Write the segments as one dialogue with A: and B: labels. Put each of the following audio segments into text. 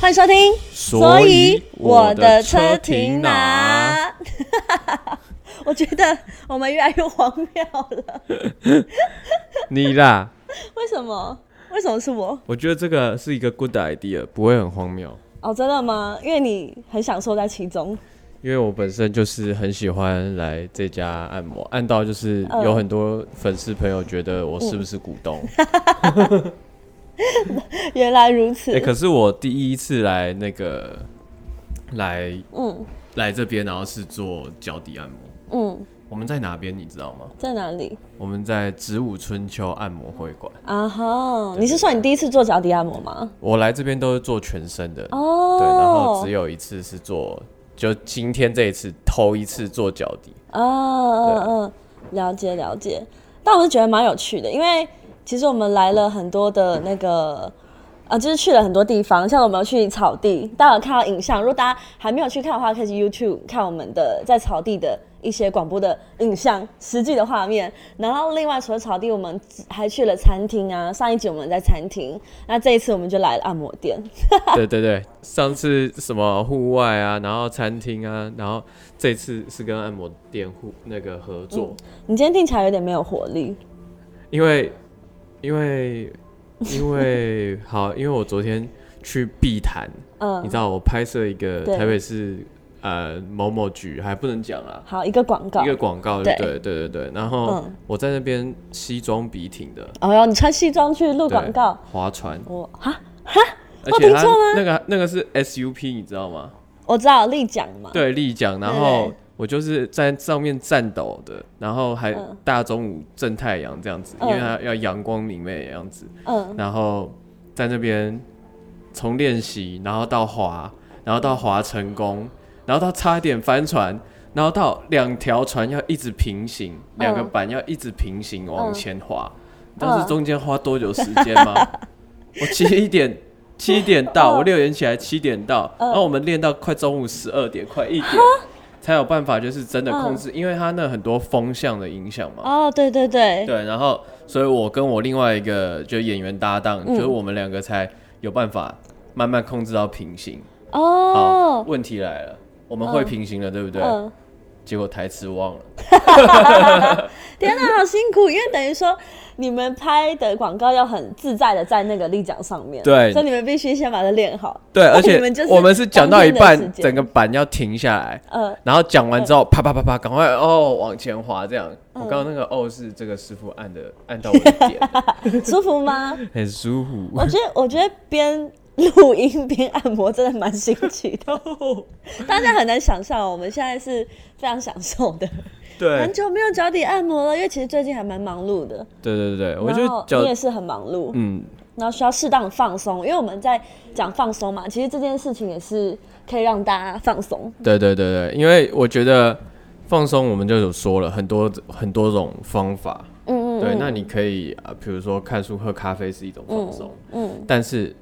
A: 欢迎收听。
B: 所以
A: 我的
B: 我的
A: 车
B: 车
A: 停
B: 停
A: 哪
B: 哪？
A: 我觉得我们越来越荒谬了。
B: 你啦，
A: 为什么？为什么是我？
B: 我觉得这个是一个 good idea，不会很荒谬，
A: 哦，真的吗？因为你很享受在其中。
B: 因为我本身就是很喜欢来这家按摩，按到就是
A: 嗯
B: 有很多粉丝朋友觉得我是不是股东？
A: 原来如此。
B: 哎、可是我第一次来那个来
A: 嗯
B: 来这边，然后是做脚底按摩。
A: 嗯，
B: 我们在哪边你知道吗？
A: 在哪里？
B: 我们在植物春秋按摩会馆。
A: 啊哈，你是说你第一次做脚底按摩吗？
B: 我来这边都是做全身的，
A: 哦，
B: 对，然后只有一次是做，就今天这一次头一次做脚 底。
A: 哦哦哦，了解了解。但我是觉得蛮有趣的，因为其实我们来了很多的那个。啊，就是去了很多地方，像我们有去草地，大家有看到影像。如果大家还没有去看的话，可以去 YouTube 看我们的在草地的一些广播的影像，实际的画面。然后另外除了草地，我们还去了餐厅啊。上一集我们在餐厅，那这一次我们就来了按摩店。
B: 对对对，上次什么户外啊，然后餐厅啊，然后这次是跟按摩店互那个合作，
A: 你今天听起来有点没有活力，
B: 因为因为因为 好，因为我昨天去碧潭，
A: 嗯
B: 你，知道我拍摄一个
A: 对
B: 台北市呃某某局，还不能讲啦。
A: 好一个广告
B: 一。个广告，对
A: 对
B: 对对对，然后
A: 嗯
B: 我在那边西装笔挺的
A: 哦哟，你穿西装去录
B: 对
A: 广告，
B: 划船，
A: 我哈。
B: 而
A: 哦
B: 且
A: 听
B: 他
A: 错吗
B: 那个那个是 SUP，你知道吗？
A: 我知道立奖嘛，
B: 对立奖，然
A: 哦对
B: 后我就是在上面站抖的，然后还
A: 嗯
B: 大中午正太阳这样子，
A: 嗯
B: 因为它要阳光明媚的样子，
A: 嗯，
B: 然后在那边从练习，然后到滑，然后到滑成功，然后到差一点翻船，然后到两条船要一直平行，两个板要一直平行往前滑，你知道是中间花多久时间吗？我七点。七点到，我六点起来，七点到，然后我们练到快中午十二点，快一点，才有办法就是真的控制，因为它那很多风向的影响嘛。
A: 哦，对对对，
B: 对，然后所以我跟我另外一个就演员搭档，
A: 嗯
B: 就是我们两个才有办法慢慢控制到平行。好，
A: 哦，
B: 问题来了，我们会平行了，对不对？
A: 嗯，
B: 结果台词忘了。
A: 天哪，好辛苦，因为等于说你们拍的广告要很自在的在那个立奖上面，
B: 对
A: 所以你们必须先把它练好，
B: 对，而
A: 哦你
B: 且
A: 们就是
B: 我们是讲到一
A: 当天
B: 半，
A: 的时间
B: 整个板要停下来，
A: 呃，
B: 然后讲完之后，啪啪啪啪，赶快哦往前滑这样。
A: 嗯
B: 我刚刚那个哦是这个师傅按的，按到我的 点，
A: 舒服吗？
B: 很舒服。
A: 我觉得，我觉得边录音边按摩真的蛮新奇 的，大家很难想象，我们现在是非常享受的，很
B: 对
A: 久没有脚底按摩了，因为其实最近还蛮忙碌的，
B: 对对对，我
A: 然
B: 就
A: 后
B: 脚
A: 你也是很忙碌，
B: 嗯
A: 然后需要适当的放松，因为我们在讲放松嘛，其实这件事情也是可以让大家放松。
B: 对对对对，因为我觉得放松，我们就有说了很多很多种方法。
A: 嗯嗯，
B: 对，
A: 嗯
B: 那你可以啊，呃比如说看书、喝咖啡是一种放松，
A: 嗯，
B: 但是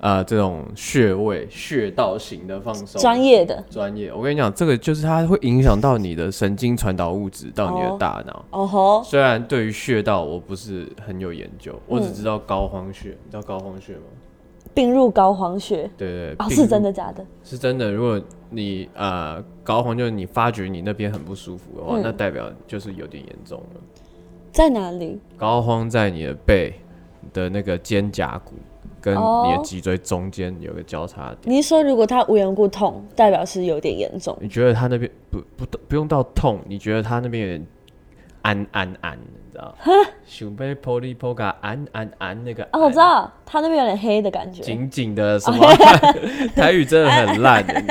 B: 呃，这种穴位、穴道型的放松，
A: 专业的
B: 专业，我跟你讲，这个就是它会影响到你的神经传导物质到你
A: 哦
B: 的大脑。
A: 哦吼，
B: 虽然对于穴道我不是很有研究，我
A: 嗯
B: 只知道膏肓穴，你知道膏肓穴吗？
A: 病入膏肓穴
B: 对对
A: 哦，
B: 病
A: 是
B: 入
A: 真的假的？
B: 是真的，如果你呃膏肓就是你发觉你那边很不舒服的话，
A: 嗯
B: 那代表就是有点严重了。
A: 在哪里？
B: 膏肓在你的背的那个肩胛骨跟
A: 哦
B: 你的脊椎中间有个交叉点。
A: 你是说如果他无缘无故痛，代表是有点严重
B: 你觉得他那边不不不用到痛，你觉得他那边有点安安安，你 知道？想被 poli poga 安安安那个
A: 哦，我知
B: 安
A: 道他那边有点黑的感觉，
B: 哎紧紧 的什么？台语真的很烂的，你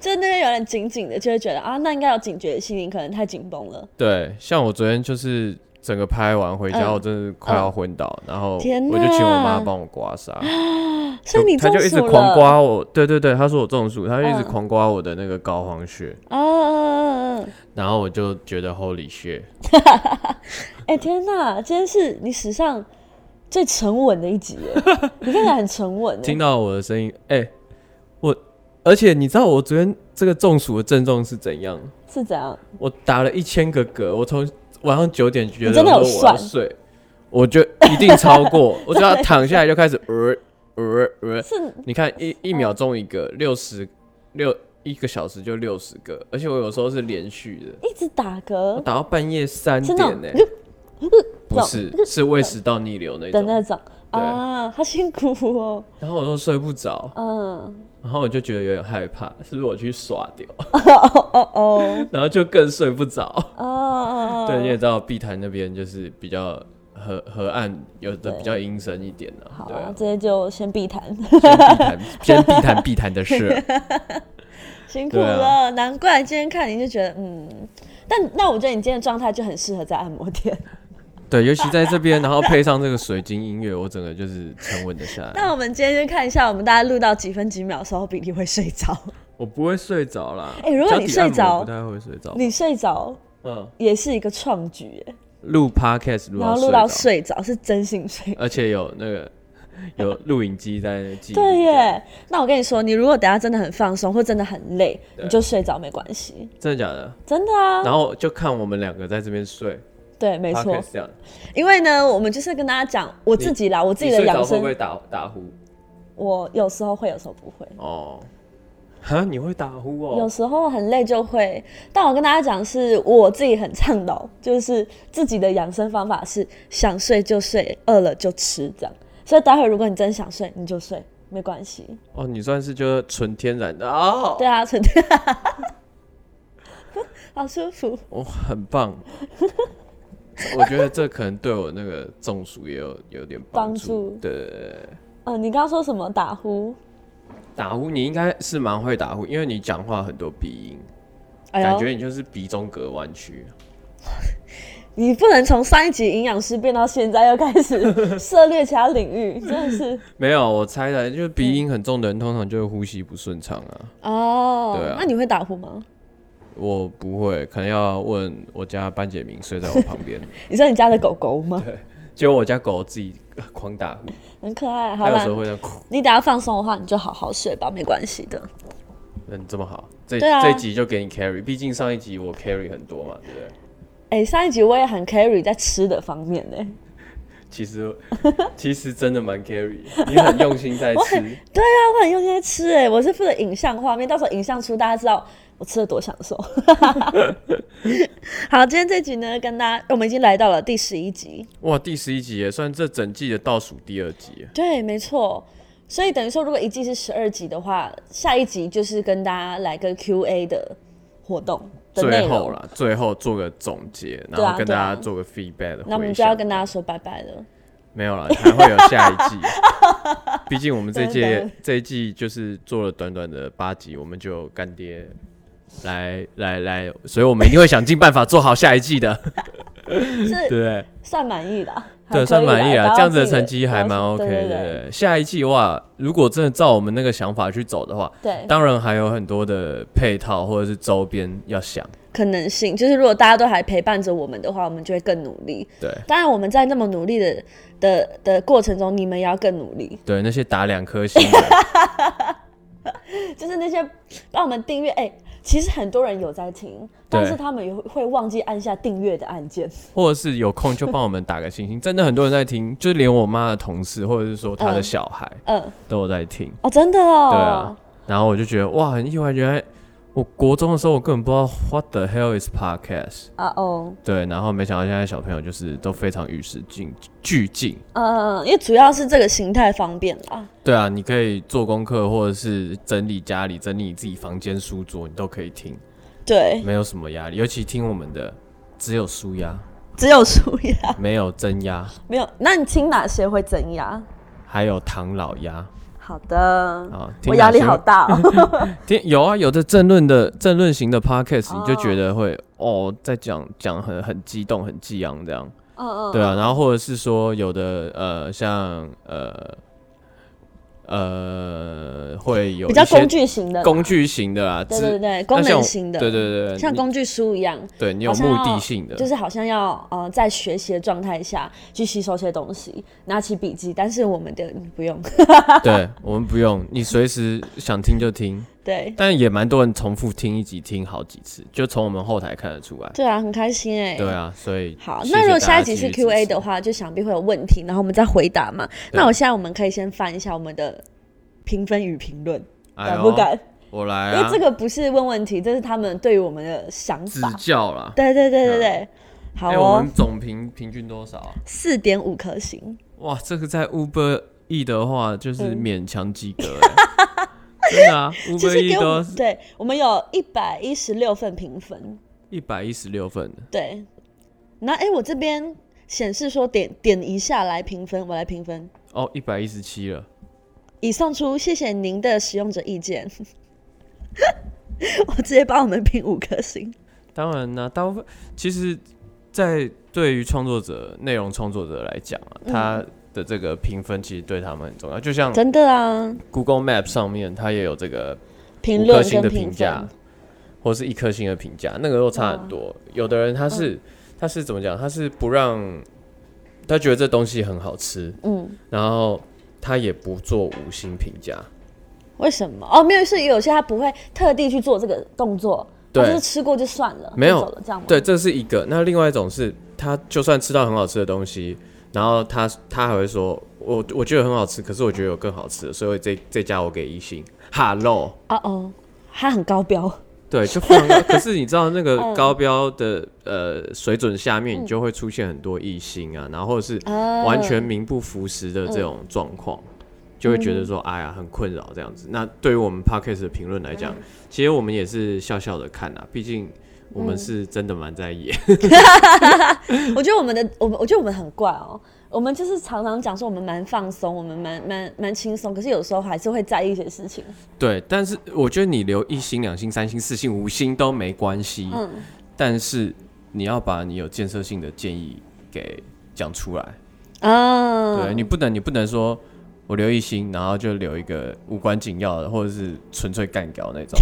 A: 就是那边有点紧紧的，就会觉得啊，那应该有警觉心，你可能太紧绷了。
B: 对，像我昨天就是整个拍完回家，
A: 嗯哦
B: 我真的快要昏倒，然后我
A: 天哪
B: 就请我妈帮我刮痧，
A: 所以你
B: 她
A: 中
B: 就一直
A: 暑
B: 狂
A: 了。
B: 刮我，对对对，她说我中暑，她就一直
A: 嗯
B: 狂刮我的那个膏肓穴，
A: 哦哦哦哦哦！
B: 然后我就觉得 Holy 穴，
A: 哎、天哪，今天是你史上最沉稳的一集耶，你看起来很沉稳耶。欸
B: 听到我的声音，哎、我。而且你知道我昨天这个中暑的症状是怎样？
A: 是怎样？
B: 我打了一千个嗝，我从晚上九点
A: 你
B: 觉得
A: 真的有
B: 我要
A: 算
B: 睡，我就一定超过，我就要躺下来就开始呃呃呃，
A: 是
B: 你看一一秒钟一个，六十六一个小时就六十个，而且我有时候是连续的，
A: 一直打
B: 我
A: 嗝
B: 打到半夜三
A: 是
B: 点
A: 那种
B: 呢、不
A: 那种
B: 是是胃食道逆流那
A: 的
B: 种，
A: 那种
B: 对
A: 啊，好辛苦哦，
B: 然后我都睡不着，
A: 嗯，
B: 然后我就觉得有点害怕，是不是我去耍掉，
A: 哦哦哦
B: 然后就更睡不着。
A: 哦哦，
B: 对，你也知道碧潭那边就是比较河河岸，有的
A: 对
B: 比较阴森一点啊。
A: 好
B: 对
A: 啊
B: 啊，，
A: 这些就先避谈，
B: 先碧潭， 先碧潭碧潭的事。
A: 辛苦
B: 对啊
A: 了，难怪今天看你就觉得嗯，但那我觉得你今天的状态就很适合在按摩店。
B: 对，尤其在这边，然后配上这个水晶音乐，我整个就是沉稳的下来。
A: 那我们今天就看一下，我们大概录到几分几秒的时候，比利会睡着。
B: 我不会睡着啦。
A: 哎如果
B: 脚
A: 你
B: 底
A: 睡
B: 按摩
A: 着
B: 不太会睡着。
A: 你睡着
B: 嗯，
A: 也是一个创举耶，
B: 录 podcast 录
A: 然
B: 到
A: 后录到
B: 睡着，
A: 睡着是真心睡。
B: 而且有那个有录影机在那记。
A: 对，耶，那我跟你说，你如果等下真的很放松或真的很累，
B: 对
A: 你就睡着没关系，
B: 真的假的？
A: 真的啊。
B: 然后就看我们两个在这边睡，
A: 对，没错，
B: podcast 这样。
A: 因为呢，我们就是跟大家讲我自己啦，我自己的
B: 你睡着
A: 养
B: 会
A: 生
B: 不，会打打呼？
A: 我有时候会，有时候不会。
B: 哦，哈，你会打呼哦？
A: 有时候很累就会，但我跟大家讲，是我自己很倡导，就是自己的养生方法是想睡就睡，饿了就吃这样。所以待会儿如果你真想睡，你就睡，没关系。
B: 哦，你算是就是纯天然的哦，
A: 对啊，纯粹， 好舒服。
B: 哦，很棒。 我觉得这可能对我那个中暑也有有点帮
A: 帮助
B: 对对对对，
A: 嗯、你刚刚说什么打呼？
B: 打呼你应该是蛮会打呼，因为你讲话很多鼻音，
A: 哎
B: 感觉
A: 呦，
B: 你就是鼻中隔弯曲。
A: 你不能从上一集营养师变到现在又开 始涉猎其他领域，真的是
B: 没有，我猜的，就是鼻音很重的人通常就会呼吸不顺畅啊。
A: 哦。
B: 对啊
A: 那你会打呼吗？
B: 我不会，可能要问我家班杰明睡在我旁 边，
A: 你说你家的狗狗吗？
B: 结果我家狗自己狂打呼，
A: 很可爱。好
B: 它有
A: 啦
B: 时，候会这样哭。
A: 你等下放松的话，你就好好睡吧，没关系的。
B: 嗯，这么好，这、
A: 对啊
B: 这一集就给你 carry，毕竟上一集我 carry 很多嘛，对不对？
A: 哎、上一集我也很 carry 在吃的方面呢、哎
B: 其实 其实真的蛮 carry，你很用心在
A: 我很
B: 吃，
A: 对啊，我很用心在吃哎、我是负责影像画面，到时候影像出，大家知道我吃的多享 受。好，今天这集呢，跟大家我们已经来到了第十一集，
B: 哇，第十一集也算这整季的倒数第二集耶，
A: 对，没错。所以等于说，如果一季是十二集的话，下一集就是跟大家来个 Q&A 的活动的内
B: 最后
A: 容。
B: 啦，最后做个总结，
A: 对
B: 然
A: 啊
B: 后跟
A: 对
B: 大
A: 啊
B: 家做个 feedback 的回响。
A: 那我们就要跟大家说拜拜了。
B: 没有啦，还会有 下一季。毕竟我们这
A: 真
B: 届
A: 的
B: 这一季就是做了短短的八集，我们就干爹来来来，所以我们一定会想尽办法做好下一季的，对不
A: 是
B: 对？
A: 算满意的啊，还可
B: 对，
A: 以
B: 算满意
A: 啦
B: 啊，
A: 大家
B: 这样子的
A: 自己
B: 成绩还蛮 OK
A: 对对对
B: 的。下一季的话，如果真的照我们那个想法去走的话，
A: 对
B: 当然还有很多的配套或者是周边要想。
A: 可能性，就是如果大家都还陪伴着我们的话，我们就会更努力。
B: 对
A: 当然，我们在那么努力的的的过程中，你们也要更努力。
B: 对，那些打两颗星的，
A: 就是那些帮我们订阅，哎、其实很多人有在听，但是他们也会会忘记按下订阅的按键。
B: 或者是有空就帮我们打个星星，真的很多人在听，就连我妈的同事或者是说她的
A: 嗯
B: 小孩
A: 嗯，
B: 都有在听。
A: 哦，真的
B: 对
A: 哦
B: 啊，，然后我就觉得哇，很意外，原来我国中的时候我根本不知道 what the hell is podcast。
A: 啊哦，
B: 对，然后没想到现在小朋友就是都非常与时进俱进。
A: 嗯，因为主要是这个形态方便啦。
B: 对啊，你可以做功课，或者是整理家里、整理你自己房间书桌，你都可以听，
A: 对，
B: 没有什么压力。尤其听我们的，只有舒压，
A: 只有舒压，
B: 没有增压，
A: 没有。那你听哪些会增压？
B: 还有唐老鸭
A: 好的，
B: 啊。听
A: 我压
B: 哪
A: 力
B: 些
A: 好
B: 会，
A: 大哦。
B: 听有啊，有的政论的政论型的 podcast，、你就觉得会哦，在讲讲很很激动、很激昂这样。
A: 嗯嗯，
B: 对啊，然后或者是说有的呃，像呃呃，会有
A: 比较
B: 一些
A: 工具型的啦，
B: 工具型的啊啦，
A: 对
B: 之
A: 对对对，
B: 那
A: 功
B: 像
A: 能
B: 我
A: 型的，
B: 对对对，
A: 像
B: 你
A: 工具书一样，
B: 对你有
A: 好像
B: 目
A: 要
B: 的性的，
A: 就是好像要呃在学习的状态下去吸收些东西，拿起嗯笔记，但是我们的你不用，
B: 对我们不用，你随时想听就听，
A: 对
B: 但也蛮多人重复听一集，听好几次，就从我们后台看得出来。
A: 对啊，很开心哎、
B: 对啊，所以
A: 好，
B: 谢谢
A: 那如果
B: 大家
A: 下一集
B: 继续
A: 是
B: 支持
A: Q&A 的，话，就想必会有问题，然后我们再回答嘛。
B: 对
A: 那我现在我们可以先翻一下我们的评分与评论，
B: 哎
A: 敢
B: 呦
A: 不敢？
B: 我来
A: 因为
B: 啊，
A: 这个不是问问题，这是他们对于我们的想
B: 指
A: 法。
B: 教啦。
A: 对对对对对，好
B: 哎、我
A: 哦
B: 们，总评平均多少啊？
A: 四点五颗星，
B: 哇，这个在 Uber E 的话，就是
A: 嗯
B: 勉强及格、欸。 真的啊
A: 就
B: ，Uber
A: 是
B: E
A: 给我
B: 都
A: 们对我们有一百一十六份评分，
B: 一百一十六分的，
A: 对。那哎、我这边显示说点点一下来评分，我来评分。
B: 哦，一百一十七了。
A: 已送出，谢谢您的使用者意见。 我直接帮我们评五颗星。
B: 当然呢、大部分其实，在对于创作者、内容创作者来讲
A: 嗯
B: 啊，他的这个评分其实对他们很重要。就像
A: 真的啊，
B: Google Map 上面，它也有这个
A: 评
B: 五颗
A: 论
B: 星
A: 跟
B: 的
A: 评哦
B: 评价
A: 分，，
B: 或是一颗星的评价，那个都差很多。有的人他
A: 嗯
B: 是、他是怎么讲？他是不让他觉得这东西很好吃，
A: 嗯，
B: 然后他也不做五星评价。
A: 为什么？哦，没有，是有些他不会特地去做这个动作，他
B: 对
A: 就是吃过就算了，
B: 没有
A: 就走了这样吗？
B: 对，，这是一个。那另外一种是，他就算吃到很好吃的东西，然后他他还会说，我我觉得很好吃，可是我觉得有更好吃的，所以这这家我给一星。哈喽，
A: 哦哦，他很高标，
B: 对，就 非常高。可是你知道那个高标的呃水准下面，你就会出现很多异星啊，然后或者是
A: 啊
B: 完全名不符实的这种状况，就会觉得说哎呀很困扰这样子。那对于我们 podcast 的评论来讲，其实我们也是笑笑的看啊，毕竟我们是真的蛮在意。
A: 我觉得我们的，我们我觉得我们很怪哦。我们就是常常讲说我们蛮放松，我们蛮蛮蛮轻松，可是有时候还是会在意一些事情。
B: 对，但是我觉得你留一星、两星、三星、四星、五星都没关系，
A: 嗯，
B: 但是你要把你有建设性的建议给讲出来。
A: 啊，
B: 对你不能，你不能说我留一星，然后就留一个无关紧要的，或者是纯粹干掉 那种。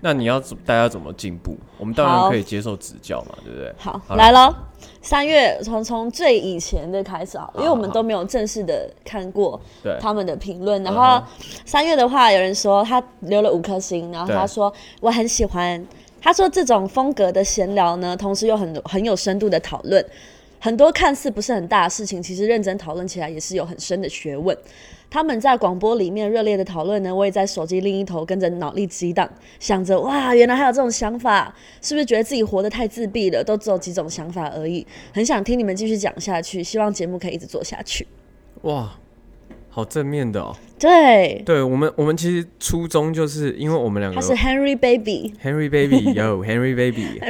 B: 那你要怎大家怎么进步？我们当
A: 好
B: 然可以接受指教嘛，对不对？
A: 好，
B: 好了
A: 来喽。三月从从最以前的开始啊，因为我们
B: 好
A: 都没有正式的看过
B: 对，
A: 他们的评论。然
B: 嗯
A: 后
B: 哼
A: 三月的话，有人说他留了五颗星，然后
B: 对
A: 他说我很喜欢，他说这种风格的闲聊呢，同时又很很有深度的讨论，很多看似不是很大的事情，其实认真讨论起来也是有很深的学问。他们在广播里面热烈的讨论呢，我也在手机另一头跟着脑力激荡，想着哇，原来还有这种想法，是不是觉得自己活得太自闭了，都只有几种想法而已？很想听你们继续讲下去，希望节目可以一直做下去。
B: 哇，好正面的哦。
A: 对，
B: 对我们，我们其实初衷就是因为我们两
A: 他
B: 个
A: 是 Henry Baby，
B: Henry Baby 有 Henry Baby，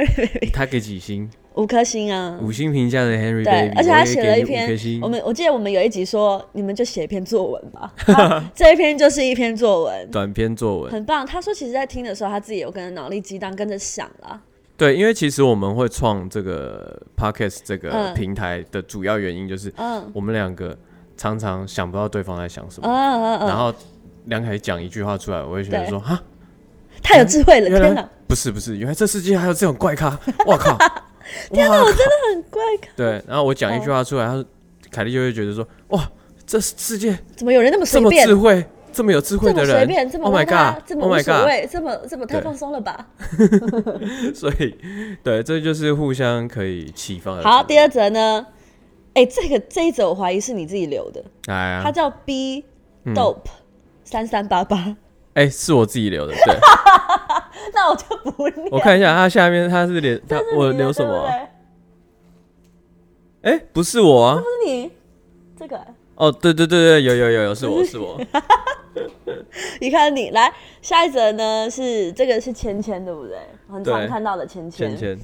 B: 他给几星？
A: 五颗星啊。
B: 五星评价的 Henry
A: 对
B: Baby，，
A: 而且
B: 我
A: 他
B: 也
A: 写
B: 给
A: 了一
B: 你五
A: 篇
B: 颗，星
A: 我们我记得我们有一集说，你们就写一篇作文吧， 啊这一篇就是一篇作文，
B: 短篇作文。
A: 很棒。他说其实在听的时候，他自己有跟着脑力激荡，跟着想啦。
B: 对，因为其实我们会创这个 podcast 这个
A: 嗯
B: 平台的主要原因就是，
A: 嗯
B: 我们两个常常想不到对方在想什
A: 嗯
B: 么，
A: 嗯
B: 然
A: 嗯，
B: 后梁凯讲一句话出来，我会觉得
A: 对
B: 说哈，
A: 太有智慧了，
B: 哎原
A: 天
B: 来
A: 哪，
B: 不是不是，原来这世界还有这种 怪咖，我靠，天哪，我真的
A: 很怪，
B: 对，然后我讲一句话出来，他说凯莉就会觉得说哇，这世界
A: 怎么有人那么随
B: 这么
A: 便
B: 智，慧，这么有智慧
A: 这
B: 的
A: 么随便，
B: 人
A: 这么
B: ，Oh my
A: 邋遢，这么
B: God，Oh
A: 无
B: my
A: 所
B: God，
A: 谓，这么这么太
B: 对
A: 放松了吧？
B: 所以对，这就是互相可以启发的。
A: 好，第二则呢？哎、这个这一则我怀疑是你自己留的，
B: 哎呀
A: 它，叫 B
B: 嗯
A: Dope 三三八八，
B: 哎，是我自己留的，对。
A: 那我就不念。
B: 我看一下，他下面他是连他
A: 这是你的
B: 我留什
A: 对
B: 么
A: 不
B: 啊？
A: 对
B: 哎、不是我啊！
A: 这是你这个，
B: 哦，对对对对，有有有有，是我是我。
A: 你看你来下一则呢？是这个是芊芊对不对？很常
B: 对
A: 看到的芊芊
B: 芊。芊，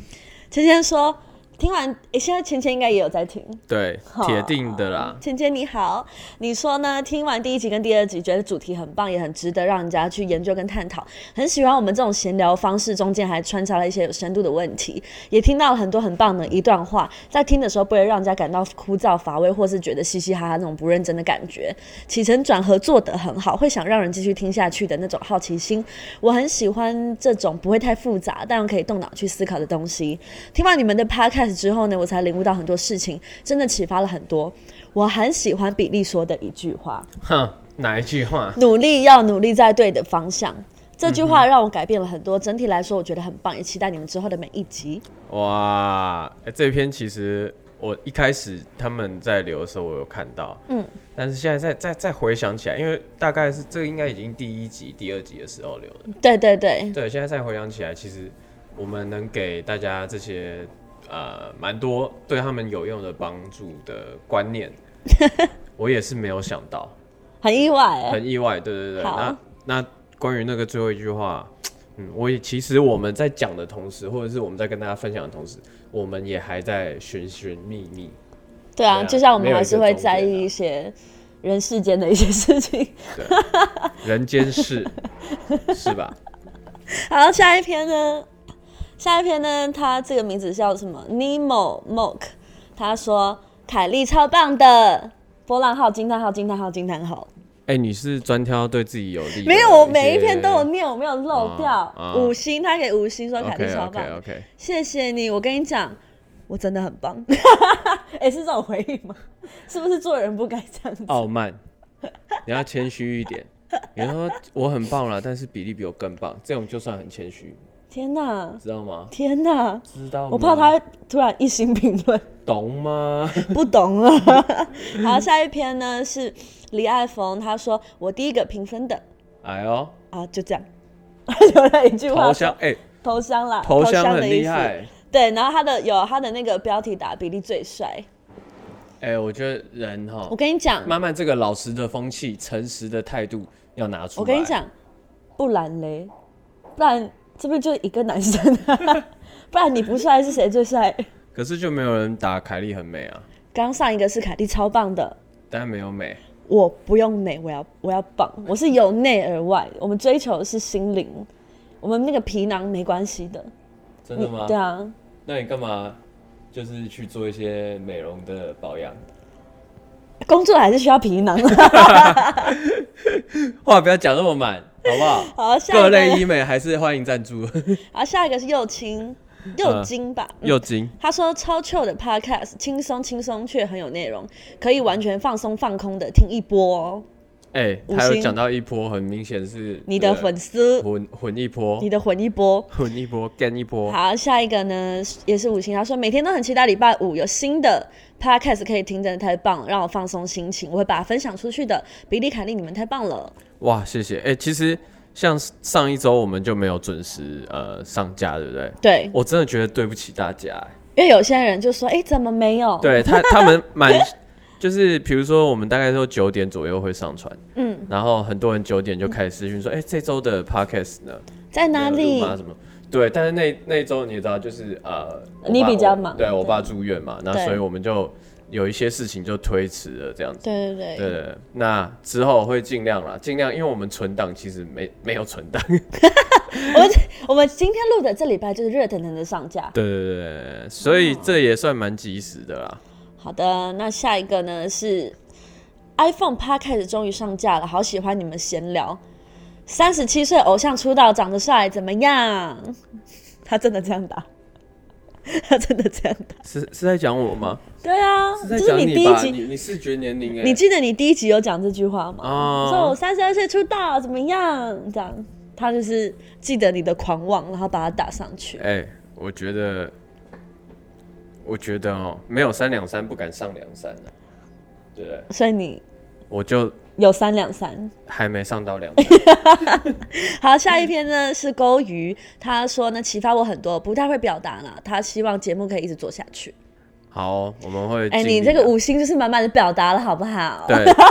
A: 芊芊说，听完，诶现在芊芊应该也有在听。
B: 对，铁定的啦。
A: 芊芊你好，你说呢？听完第一集跟第二集，觉得主题很棒，也很值得让人家去研究跟探讨。很喜欢我们这种闲聊方式，中间还穿插了一些有深度的问题，也听到了很多很棒的一段话，在听的时候不会让人家感到枯燥乏味，或是觉得嘻嘻哈哈那种不认真的感觉。起承转合做得很好，会想让人继续听下去的那种好奇心。我很喜欢这种不会太复杂，但又可以动脑去思考的东西。听完你们的 podcast 之后呢，我才领悟到很多事情，真的启发了很多。我很喜欢比利说的一句话：
B: 哼，哪一句话？
A: 努力要努力在对的方向。这句话让我改变了很多，整体来说我觉得很棒，也期待你们之后的每一集。
B: 哇，欸这篇其实我一开始他们在留的时候，我有看到，
A: 嗯，
B: 但是现在再再再回想起来，因为大概是这个应该已经第一集、第二集的时候留的。
A: 对对对，
B: 对，现在再回想起来，其实我们能给大家这些呃蛮多对他们有用的帮助的观 念，我也是没有想到，
A: 很意外欸、
B: 很意外。对对对，
A: 好
B: 那那关于那个最后一句话，嗯，我也其实我们在讲的同时，或者是我们在跟大家分享的同时，我们也还在寻寻觅觅。
A: 对啊，
B: 对啊
A: 就像我们
B: 没有
A: 还
B: 一
A: 是
B: 个
A: 会
B: 终
A: 在
B: 点啊
A: 意一些人世间的一些事情。
B: 对，人间 世，是吧？
A: 好，下一篇呢？下一篇呢？他这个名字叫什么？Nemo Mock。他说：“凯莉超棒的，波浪号惊叹号惊叹号惊叹号。
B: 哎、你是专挑对自己有利的一些？
A: 没有，我每一篇都有念，我没有漏掉
B: 啊。啊
A: 五星，他给五星说凯
B: OK
A: 莉超棒
B: OK OK，
A: 谢谢你。我跟你讲，我真的很 棒。哎、是这种回应吗？是不是做人不该这样子？
B: 傲慢，你要谦虚一点。你说我很棒了，但是比例比我更棒，这种就算很谦虚，
A: 天哪，
B: 知道吗？
A: 天哪！
B: 知道吗？
A: 我怕他突然一心评 论。”
B: 懂吗？
A: 不懂了。 好，下一篇呢是李爱冯，他说我第一个评分的
B: 哎呦，
A: 啊，就这样， 留了一句话
B: 头像哎、
A: 投降啦，
B: 头像
A: 的
B: 很
A: 意
B: 厉
A: 思。
B: 害。
A: 对，然后他的有他的那个标题打比例最帅，
B: 哎、我觉得人哈
A: 我，跟你讲，
B: 慢慢这个老实的风气、诚实的态度要拿出来。
A: 我跟你，讲，不然嘞，不然这边就一个男生、啊，不然你不帅是谁最帅？
B: 可是就没有人打凯莉很美啊，
A: 刚上一个是凯蒂超棒的，
B: 但没有美。
A: 我不用美，我要我要棒，我是由内而外，我们追求的是心灵，我们那个皮囊没关系的。
B: 真
A: 你对啊，
B: 那你干嘛就是去做一些美容的保养？
A: 工作还是需要皮囊。啊
B: 话不要讲那么满，好不好？
A: 好，下
B: 各
A: 一
B: 类
A: 个，
B: 医美还是欢迎赞助。
A: 好，下一个是右青，右金吧。嗯
B: 又精，
A: 他说超 chill 的 podcast，轻松轻松却很有内容，可以完全放松放空的听一波哦。
B: 哎、
A: 五
B: 他有
A: 星
B: 讲到一波，很明显是
A: 你的
B: 这个
A: 粉丝，
B: 混混一波
A: 你，的混一波。
B: 混一波干一波。
A: 好，下一个呢也是五星，他说每天都很期待礼拜五有新的 podcast 可以听，真的太棒了，让我放松心情，我会把它分享出去的。比利凯利，你们太棒了，
B: 哇，谢谢。哎、其实像上一周我们就没有准时呃上架，对不对？
A: 对，
B: 我真的觉得对不起大家、哎
A: 因为有些人就说，哎、怎么没有？，
B: 对他他们蛮 就是比如说我们大概都九点左右会上传，
A: 嗯，
B: 然后很多人九点就开始私讯说，哎、这周的 podcast 呢？
A: 在哪
B: 没有
A: 里
B: 录？吗？什么？对，但是那那一周你也知道，就是呃，我
A: 你
B: 爸
A: 比较
B: 我
A: 忙
B: 对我
A: 对
B: 爸住院嘛，那
A: 对
B: 所以我们就有一些事情就推迟了这样子。
A: 对对
B: 对，对，对那之后会尽量啦，尽量，因为我们存档其实没没有存档。
A: 我们我们今天录的这礼拜就是热腾腾的上架。
B: 对对对对，所以这也算蛮及时的啦。
A: 好的，那下一个呢是 iPhone Podcast 终于上架了，好喜欢你们闲聊。三十七岁偶像出道，长得帅，怎么样？ 他真的这样打， 他真的这样打。
B: 是是在讲我吗？
A: 对啊，
B: 是
A: 就
B: 在
A: 是
B: 讲
A: 你第一
B: 吧？
A: 集，
B: 你你视觉年龄哎、
A: 你记得你第一集有讲这句话吗？
B: 哦
A: 你说我三十二岁出道，怎么样？这样，他就是记得你的狂妄，然后把它打上去。
B: 哎、我觉得，我觉得哦、没有三两三不敢上梁山了、对不对？
A: 所以你
B: 我就
A: 有三两三。
B: 还没上到 两百
A: 好，下一篇呢是钩鱼，他说呢启发我很多，不太会表达啦，他希望节目可以一直做下去。
B: 好哦，我们会。
A: 哎、你这个五，星就是满满的表达了，好不好？
B: 对，啊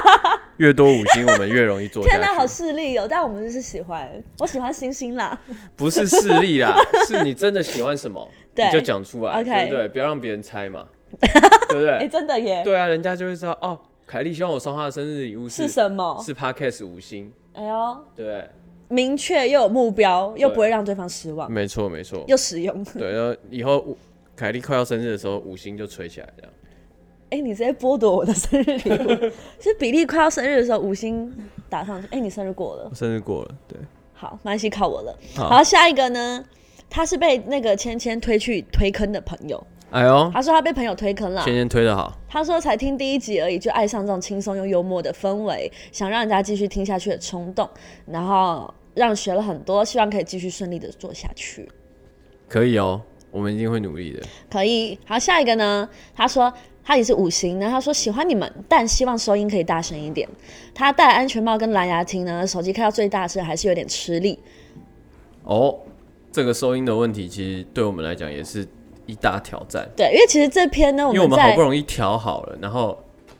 B: 越多五星，我们越容易做下
A: 天哪，好
B: 去。
A: 势利哦！但我们就是喜欢，我喜欢星星啦。
B: 不是势力 啦，是你真的喜欢什么，
A: 对
B: 你就讲出来
A: OK
B: 对不对？不要让别人 猜嘛，对不
A: 哎、
B: 对？
A: 真的耶，
B: 对啊，人家就会知道哦。凯莉希望我送她的生日礼物
A: 是
B: 是
A: 什么？
B: 是 Podcast 五星，
A: 哎呦，
B: 对不对？
A: 明确又有目标，又不会让对方失望，
B: 没错，没错。
A: 又实用。
B: 对，然后以后五凯莉快要生日的时候，五星就吹起来这样。
A: 哎、你直接剥夺我的生日礼 物，是比利快要生日的时候五星打上去。哎、你生日过了。
B: 生日过了，对，
A: 好，没关系，靠我了。
B: 好
A: 好，下一个呢？他是被那个芊芊推去推坑的朋友，
B: 哎呦，
A: 他说他被朋友推坑了
B: 芊。芊推的好，
A: 他说才听第一集而已，就爱上这种轻松又幽默的氛围，想让人家继续听下去的冲动，然后让学了很多，希望可以继续顺利的做下去。
B: 可以哦，我们一定会努力的。
A: 可以。好，下一个呢？他说他也是五星呢。他说喜欢你们，但希望收音可以大声一点。他戴安全帽跟蓝牙听呢，手机开到最大声还是有点吃力。
B: 哦，这个收音的问题，其实对我们来讲也是一大挑战，
A: 对，因为其实这篇呢，我
B: 因为我
A: 们
B: 们好
A: 在
B: 不容易调好了，然后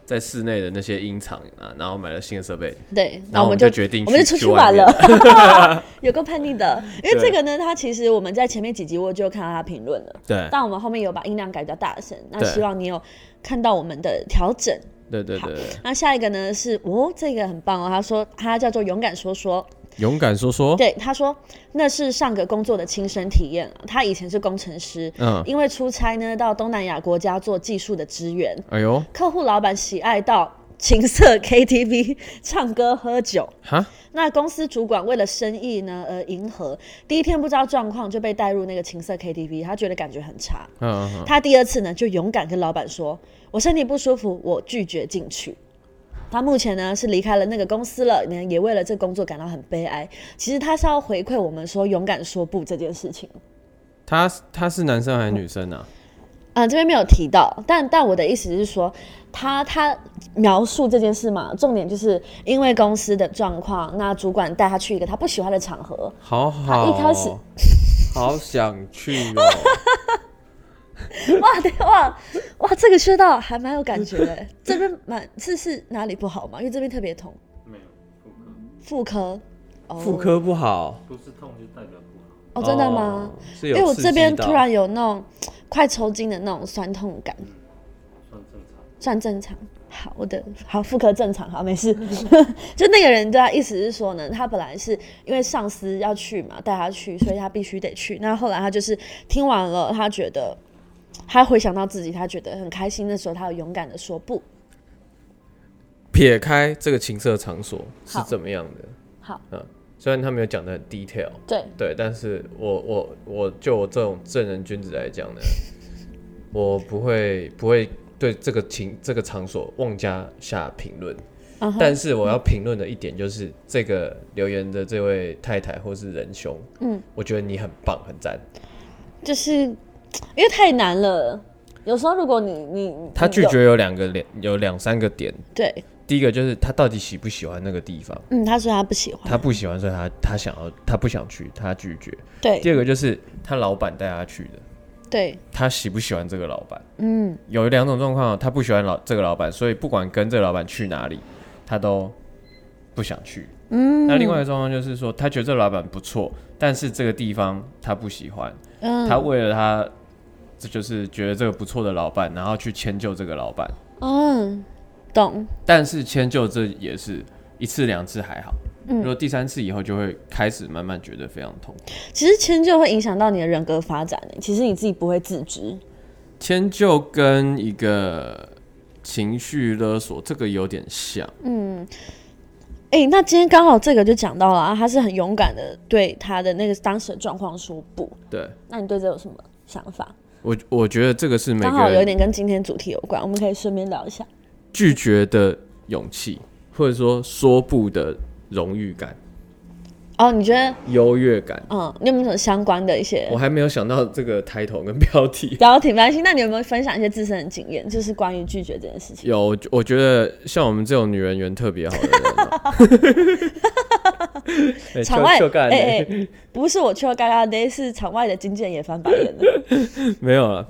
B: 在室内的那些音场啊，然后买了新的设备，
A: 对，
B: 然后
A: 我
B: 我们
A: 就
B: 就决定
A: 我们就
B: 去
A: 出去
B: 去
A: 玩
B: 外面
A: 了，有够叛逆的。因为
B: 对
A: 这个呢，他其实我们在前面几集我就有看到他评论了，
B: 对
A: 但我们后面有把音量改比较大声，那
B: 对
A: 希望你有看到我们的调整。
B: 对对对，
A: 那下一个呢是哦，这个很棒哦，他说他叫做勇敢说说，
B: 勇敢说说，
A: 对，他说那是上个工作的亲身体验啊。他以前是工程师，
B: 嗯，
A: 因为出差呢到东南亚国家做技术的支援，
B: 哎呦，
A: 客户老板喜爱到情色 KTV 唱歌喝酒。
B: 哈，
A: 那公司主管为了生意呢而迎合，第一天不知道状况就被带入那个情色 KTV，他觉得感觉很差。
B: 嗯嗯，嗯
A: 他第二次呢就勇敢跟老板说：“我身体不舒服，我拒绝进去。”他目前呢是离开了那个公司了，也也为了这工作感到很悲哀。其实他是要回馈我们说勇敢说不这件事情。
B: 他他是男生还是女生啊？
A: 嗯，这边没有提到，但但我的意思是说，他他描述这件事嘛，重点就是因为公司的状况，那主管带他去一个他不喜欢的场合，
B: 好好
A: 他
B: 哦，
A: 一开始
B: 好想去哦，
A: 哇对哇哇，这个穴道还蛮有感觉的。这边蛮是是哪里不好吗？因为这边特别痛。没有妇科。妇科。哦
B: 妇科不好，
C: 不是痛就代表不好。
A: 哦，真的吗？
B: 哦？是
A: 因
B: 有
A: 为哎我
B: 刺
A: 这
B: 激
A: 边
B: 到
A: 突然有那种快抽筋的那种酸痛感，
C: 算正常，
A: 嗯算正常。好，我的好妇科正常，好没事。 就那个人对他意思是说呢，他本来是因为上司要去嘛，带他去，所以他必须得去。那后来他就是听完了，他觉得他回想到自己，他觉得很开心的时候，他有勇敢的说不。
B: 撇开这个情色场所是
A: 好
B: 怎么样的，嗯
A: 好，
B: 虽然他没有讲的很 detail，
A: 对，
B: 对，但是我我我就我这种正人君子来讲 呢，我不会不会对这个情这个场所妄加下评论。
A: 嗯哼
B: 但是我要评论的一点就是，这个留言的这位太太或是仁兄，
A: 嗯，
B: 我觉得你很棒，很赞。
A: 就是因为太难了。有时候如果你你
B: 他
A: 你
B: 拒
A: 有
B: 绝有两个两有两三个点，
A: 对，
B: 第一个就是他到底喜不喜欢那个地方，
A: 嗯，他说他不喜欢，
B: 他不喜欢，所以他他想要他不想去，他拒绝。
A: 对
B: 第二个就是他老板带他去的，
A: 对，
B: 他喜不喜欢这个老板？
A: 嗯，
B: 有两种状况，他不喜欢老这个老板，所以不管跟这个老板去哪里，他都不想去。嗯，那另外一个状况就是说，他觉得这个老板不错，但是这个地方他不喜欢，
A: 嗯
B: 他为了他这就是觉得这个不错的老板，然后去迁就这个老板，
A: 嗯，懂，
B: 但是迁就这也是一次两次还好，
A: 嗯
B: 如果第三次以后就会开始慢慢觉得非常痛苦。
A: 其实迁就会影响到你的人格发展欸，其实你自己不会自知。
B: 迁就跟一个情绪勒索这个有点像，
A: 哎、那今天刚好这个就讲到了、啊，他是很勇敢的对他的那个当时的状况说不。
B: 对
A: 那你对这有什么想法？
B: 我我觉得这个是每
A: 刚好
B: 个
A: 有
B: 人
A: 点跟今天主题有关，我们可以顺便聊一下。
B: 拒绝的勇气，或者说说不的荣誉感、
A: 哦，你觉得，
B: 优越感。
A: 嗯，你有没有什么相关的一些
B: 我还没有想到这个 title 跟标题。
A: 聊挺关心？那你有没有分享一些自身的经验，就是关于拒绝这件事情？
B: 有，我觉得像我们这种女人缘特别好的人 啊，欸
A: 场外
B: 就就干
A: 哎哎、
B: 欸
A: 不是我去了嘎嘎 day，是场外的经纪人也翻白眼了。
B: 没有了，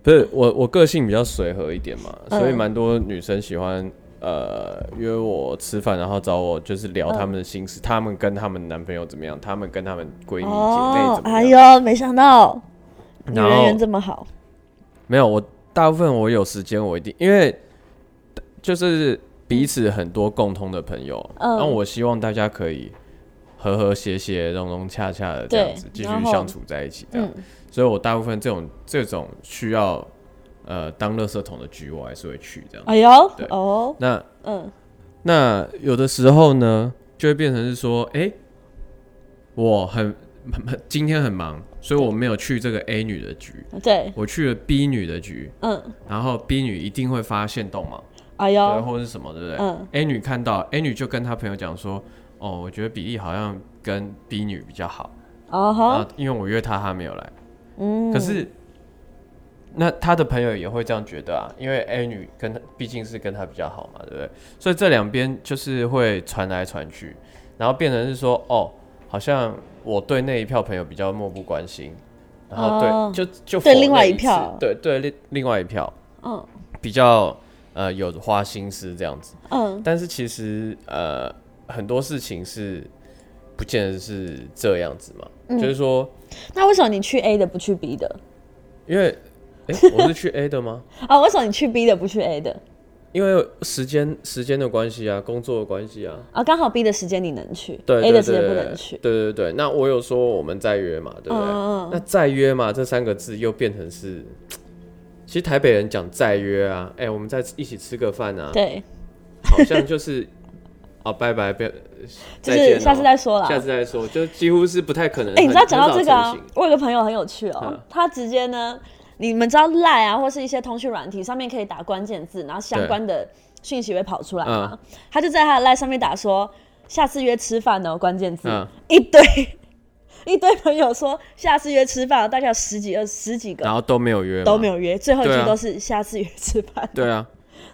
B: 不是我我个性比较随和一点嘛，
A: 嗯
B: 所以蛮多女生喜欢呃约我吃饭，然后找我就是聊她们的心
A: 嗯
B: 事，她们跟她们男朋友怎么样，她们跟她们闺蜜姐妹
A: 哦
B: 怎，么
A: 哎
B: 样。
A: 呦，没想到女
B: 然
A: 人
B: 后
A: 缘这么好。
B: 没有，我大部分我有时间我一定，因为就是彼此很多共通的朋友，
A: 嗯
B: 那、我希望大家可以和和谐谐、融融洽洽的这
A: 对
B: 样子继续
A: 然后
B: 相处在一起，这样。
A: 嗯，
B: 所以我大部分这种这种需要呃当垃圾桶的局，我还是会去这样。
A: 哎呦，
B: 对
A: 哦，
B: 那
A: 嗯，
B: 那有的时候呢，就会变成是说，哎、我很很今天很忙，所以我没有去这个 A 女的局，
A: 对，
B: 我去了 B 女的局，
A: 嗯，
B: 然后 B 女一定会发现动嘛，
A: 哎
B: 对，
A: 呦，
B: 或者是什么，对不对、
A: 嗯
B: a 女看到 A 女就跟她朋友讲说，哦，我觉得比利好像跟 B 女比较好，
A: 哦
B: 然
A: 吼
B: 后，因为我约她，她没有来。
A: 嗯，
B: 啊可是，那她的朋友也会这样觉得啊，因为 A 女跟她毕竟是跟她比较好嘛，对不对？所以这两边就是会传来传去，然后变成是说，哦，好像我对那一票朋友比较漠不关心，然后对、
A: 哦
B: 就就
A: 对
B: 否
A: 另外
B: 那
A: 一
B: 次
A: 票
B: 对对另另外一票
A: 嗯
B: 比较呃有花心思这样子。
A: 嗯
B: 但是其实呃，很多事情是不见得是这样子嘛，
A: 嗯
B: 就是说，
A: 那为什么你去 A 的不去 B 的？
B: 因为哎、我是去 A 的吗？
A: 啊，为什么你去 B 的不去 A 的？
B: 因为时间时间的关系啊，工作的关系啊，
A: 啊，刚好 B 的时间你能去
B: 对
A: ，A
B: 对
A: 的时间不
B: 对
A: 能去。
B: 对对对，那我有说我们再约嘛，对不对？
A: 嗯嗯嗯
B: 那再约嘛这三个字又变成是。其实台北人讲再约啊，哎、我们再一起吃个饭啊，
A: 对，
B: 好像就是哦，拜拜，不要，
A: 就
B: 再见
A: 是
B: 哦
A: 下次再说啦。啊
B: 下次再说，就几乎是不太可能。
A: 哎、你知道
B: 很
A: 讲到
B: 很
A: 这
B: 少
A: 个啊
B: 成型，
A: 我有个朋友很有趣哦，
B: 嗯
A: 他直接呢，你们知道赖啊，或是一些通讯软体上面可以打关键字，然后相
B: 对
A: 关的讯息会跑出来嘛？
B: 嗯
A: 他就在他的赖上面打说，下次约吃饭哦，关键字、
B: 嗯
A: 一堆。 一堆朋友说下次约吃饭哦，大概有十几、二十几
B: 然
A: 个
B: 后都没有约嘛，
A: 都没有约，最后一
B: 对
A: 句
B: 啊
A: 都是下次约吃饭，
B: 对啊，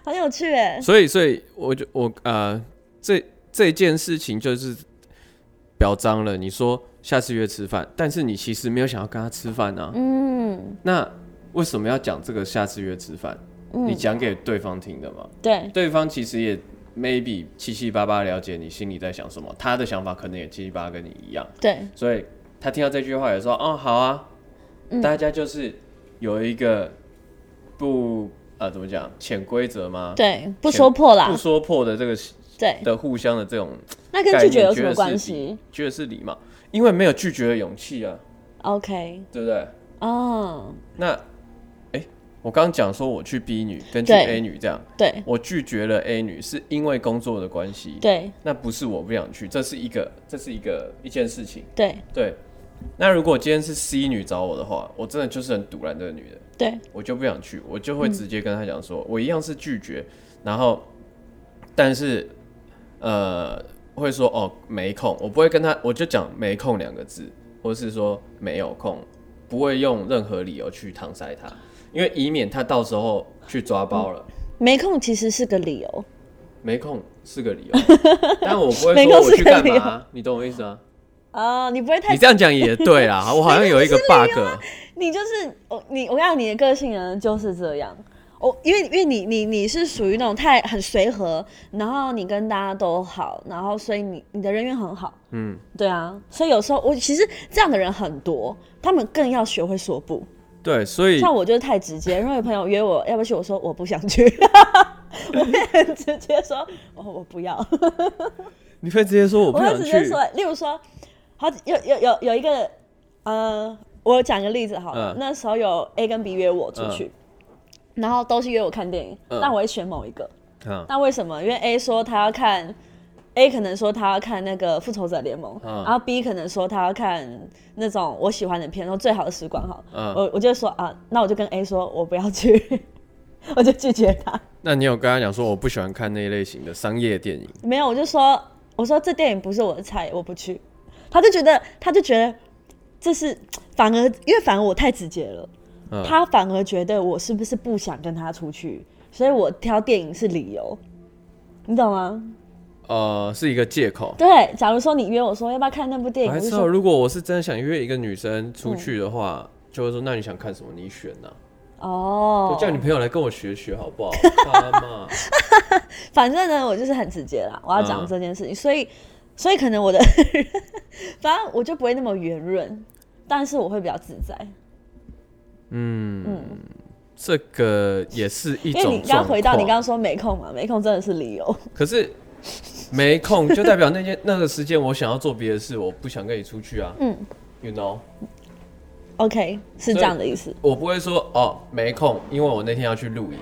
A: 很有趣哎。
B: 所以所以我就我呃，这这件事情就是表彰了。你说下次约吃饭，但是你其实没有想要跟他吃饭啊。
A: 嗯，
B: 那为什么要讲这个下次约吃饭？你讲给对方听的嘛？
A: 对，
B: 对方其实也 maybe 七七八八了解你心里在想什么，他的想法可能也七七八八跟你一样。
A: 对，
B: 所以他听到这句话也说：“哦，好啊，大家就是有一个不呃怎么讲潜规则吗？
A: 对，不说破啦
B: 不，说破的这个
A: 对，
B: 的互相的这种
A: 那跟
B: 概念，
A: 拒绝有什
B: 觉
A: 么
B: 得
A: 关
B: 是礼
A: 系？？
B: 觉得是礼貌，因为没有拒绝的勇气啊，
A: ？OK，
B: 对不对？
A: 哦，
B: 那哎、我刚刚讲说我去 B 女跟去
A: 对
B: A 女这样，
A: 对
B: 我拒绝了 A 女是因为工作的关系，
A: 对
B: 那不是我不想去，这是一个这是一个一件事情。”
A: 对
B: 对，那如果今天是 C 女找我的话，我真的就是很堵拦这个女的，
A: 对，
B: 我就不想去，我就
A: 嗯
B: 会直接跟她讲说，我一样是拒绝，然后但是呃会说哦没空，我不会跟她，我就讲没空两个字，或是说没有空，不会用任何理由去搪塞她，因为以免她到时候去抓包了。
A: 没空其实是个理由。
B: 没空是 个理由，但我不会
A: 没
B: 说
A: 空
B: 我
A: 是
B: 去
A: 个
B: 干
A: 理由
B: 嘛，你懂我意 思啊？
A: 啊、你不会太
B: 你，这样讲也对啊啦，我好像有 一个 bug。
A: 啊你就是我，你我跟你讲，你的个性呢就是这样。我因为因为你你你是属于那种太很随和，然后你跟大家都好，然后所以你你的人缘很好，
B: 嗯，
A: 对啊，所以有时候我其实这样的人很多，他们更要学会说不。
B: 对，所以
A: 像我就是太直接，因为有朋友约我要不要去，我说我不想去， 我也很直接说，哦我不要。
B: 你会直接说我
A: 我
B: 不
A: 会
B: 想
A: 直接
B: 去，
A: 说，例如说，好有有有有一个，呃，我讲一个例子好了，
B: 嗯
A: 那时候有 A 跟 B 约我出去，然后都是约我看电影，
B: 嗯
A: 但我会选某一个。
B: 嗯
A: 那为什么？因为 A 说他要看，A 可能说他要看那个《复仇者联盟》
B: 嗯
A: 然后 B 可能说他要看那种我喜欢的片，说最好的时光好。
B: 嗯
A: 我我就说啊，那我就跟 A 说我不要去， 我就拒绝他。
B: 那你有跟他讲说我不喜欢看那一类型的商业电影？
A: 没有，我就说，我说这电影不是我的菜，我不去。他就觉得，他就觉得这是反而，因为反而我太直接了，
B: 嗯
A: 他反而觉得我是不是不想跟他出去，所以我挑电影是理由，你懂吗？
B: 呃，是一个借口。
A: 对，假如说你约我说要不要看那部电
B: 我
A: 影，我
B: 还
A: 就是说嗯
B: 如果我是真的想约一个女生出去的话，就会说那你想看什么？你选呐、
A: 哦
B: 我，叫你朋友来跟我学学好 不好？他妈，
A: 反正呢，我就是很直接啦，我要讲
B: 嗯
A: 这件事情，所以，所以可能我的， 反正我就不会那么圆润，但是我会比较自在。
B: 这个也是一
A: 因为你
B: 种
A: 刚刚回到你刚
B: 状况
A: 刚说没空嘛，没空真的是理由。
B: 可是没空，就代表那件 那个时间我想要做别的事，我不想跟你出去啊。
A: 嗯
B: ，you know，
A: OK，是这样的意思
B: 我不会说哦没空，因为我那天要去露营。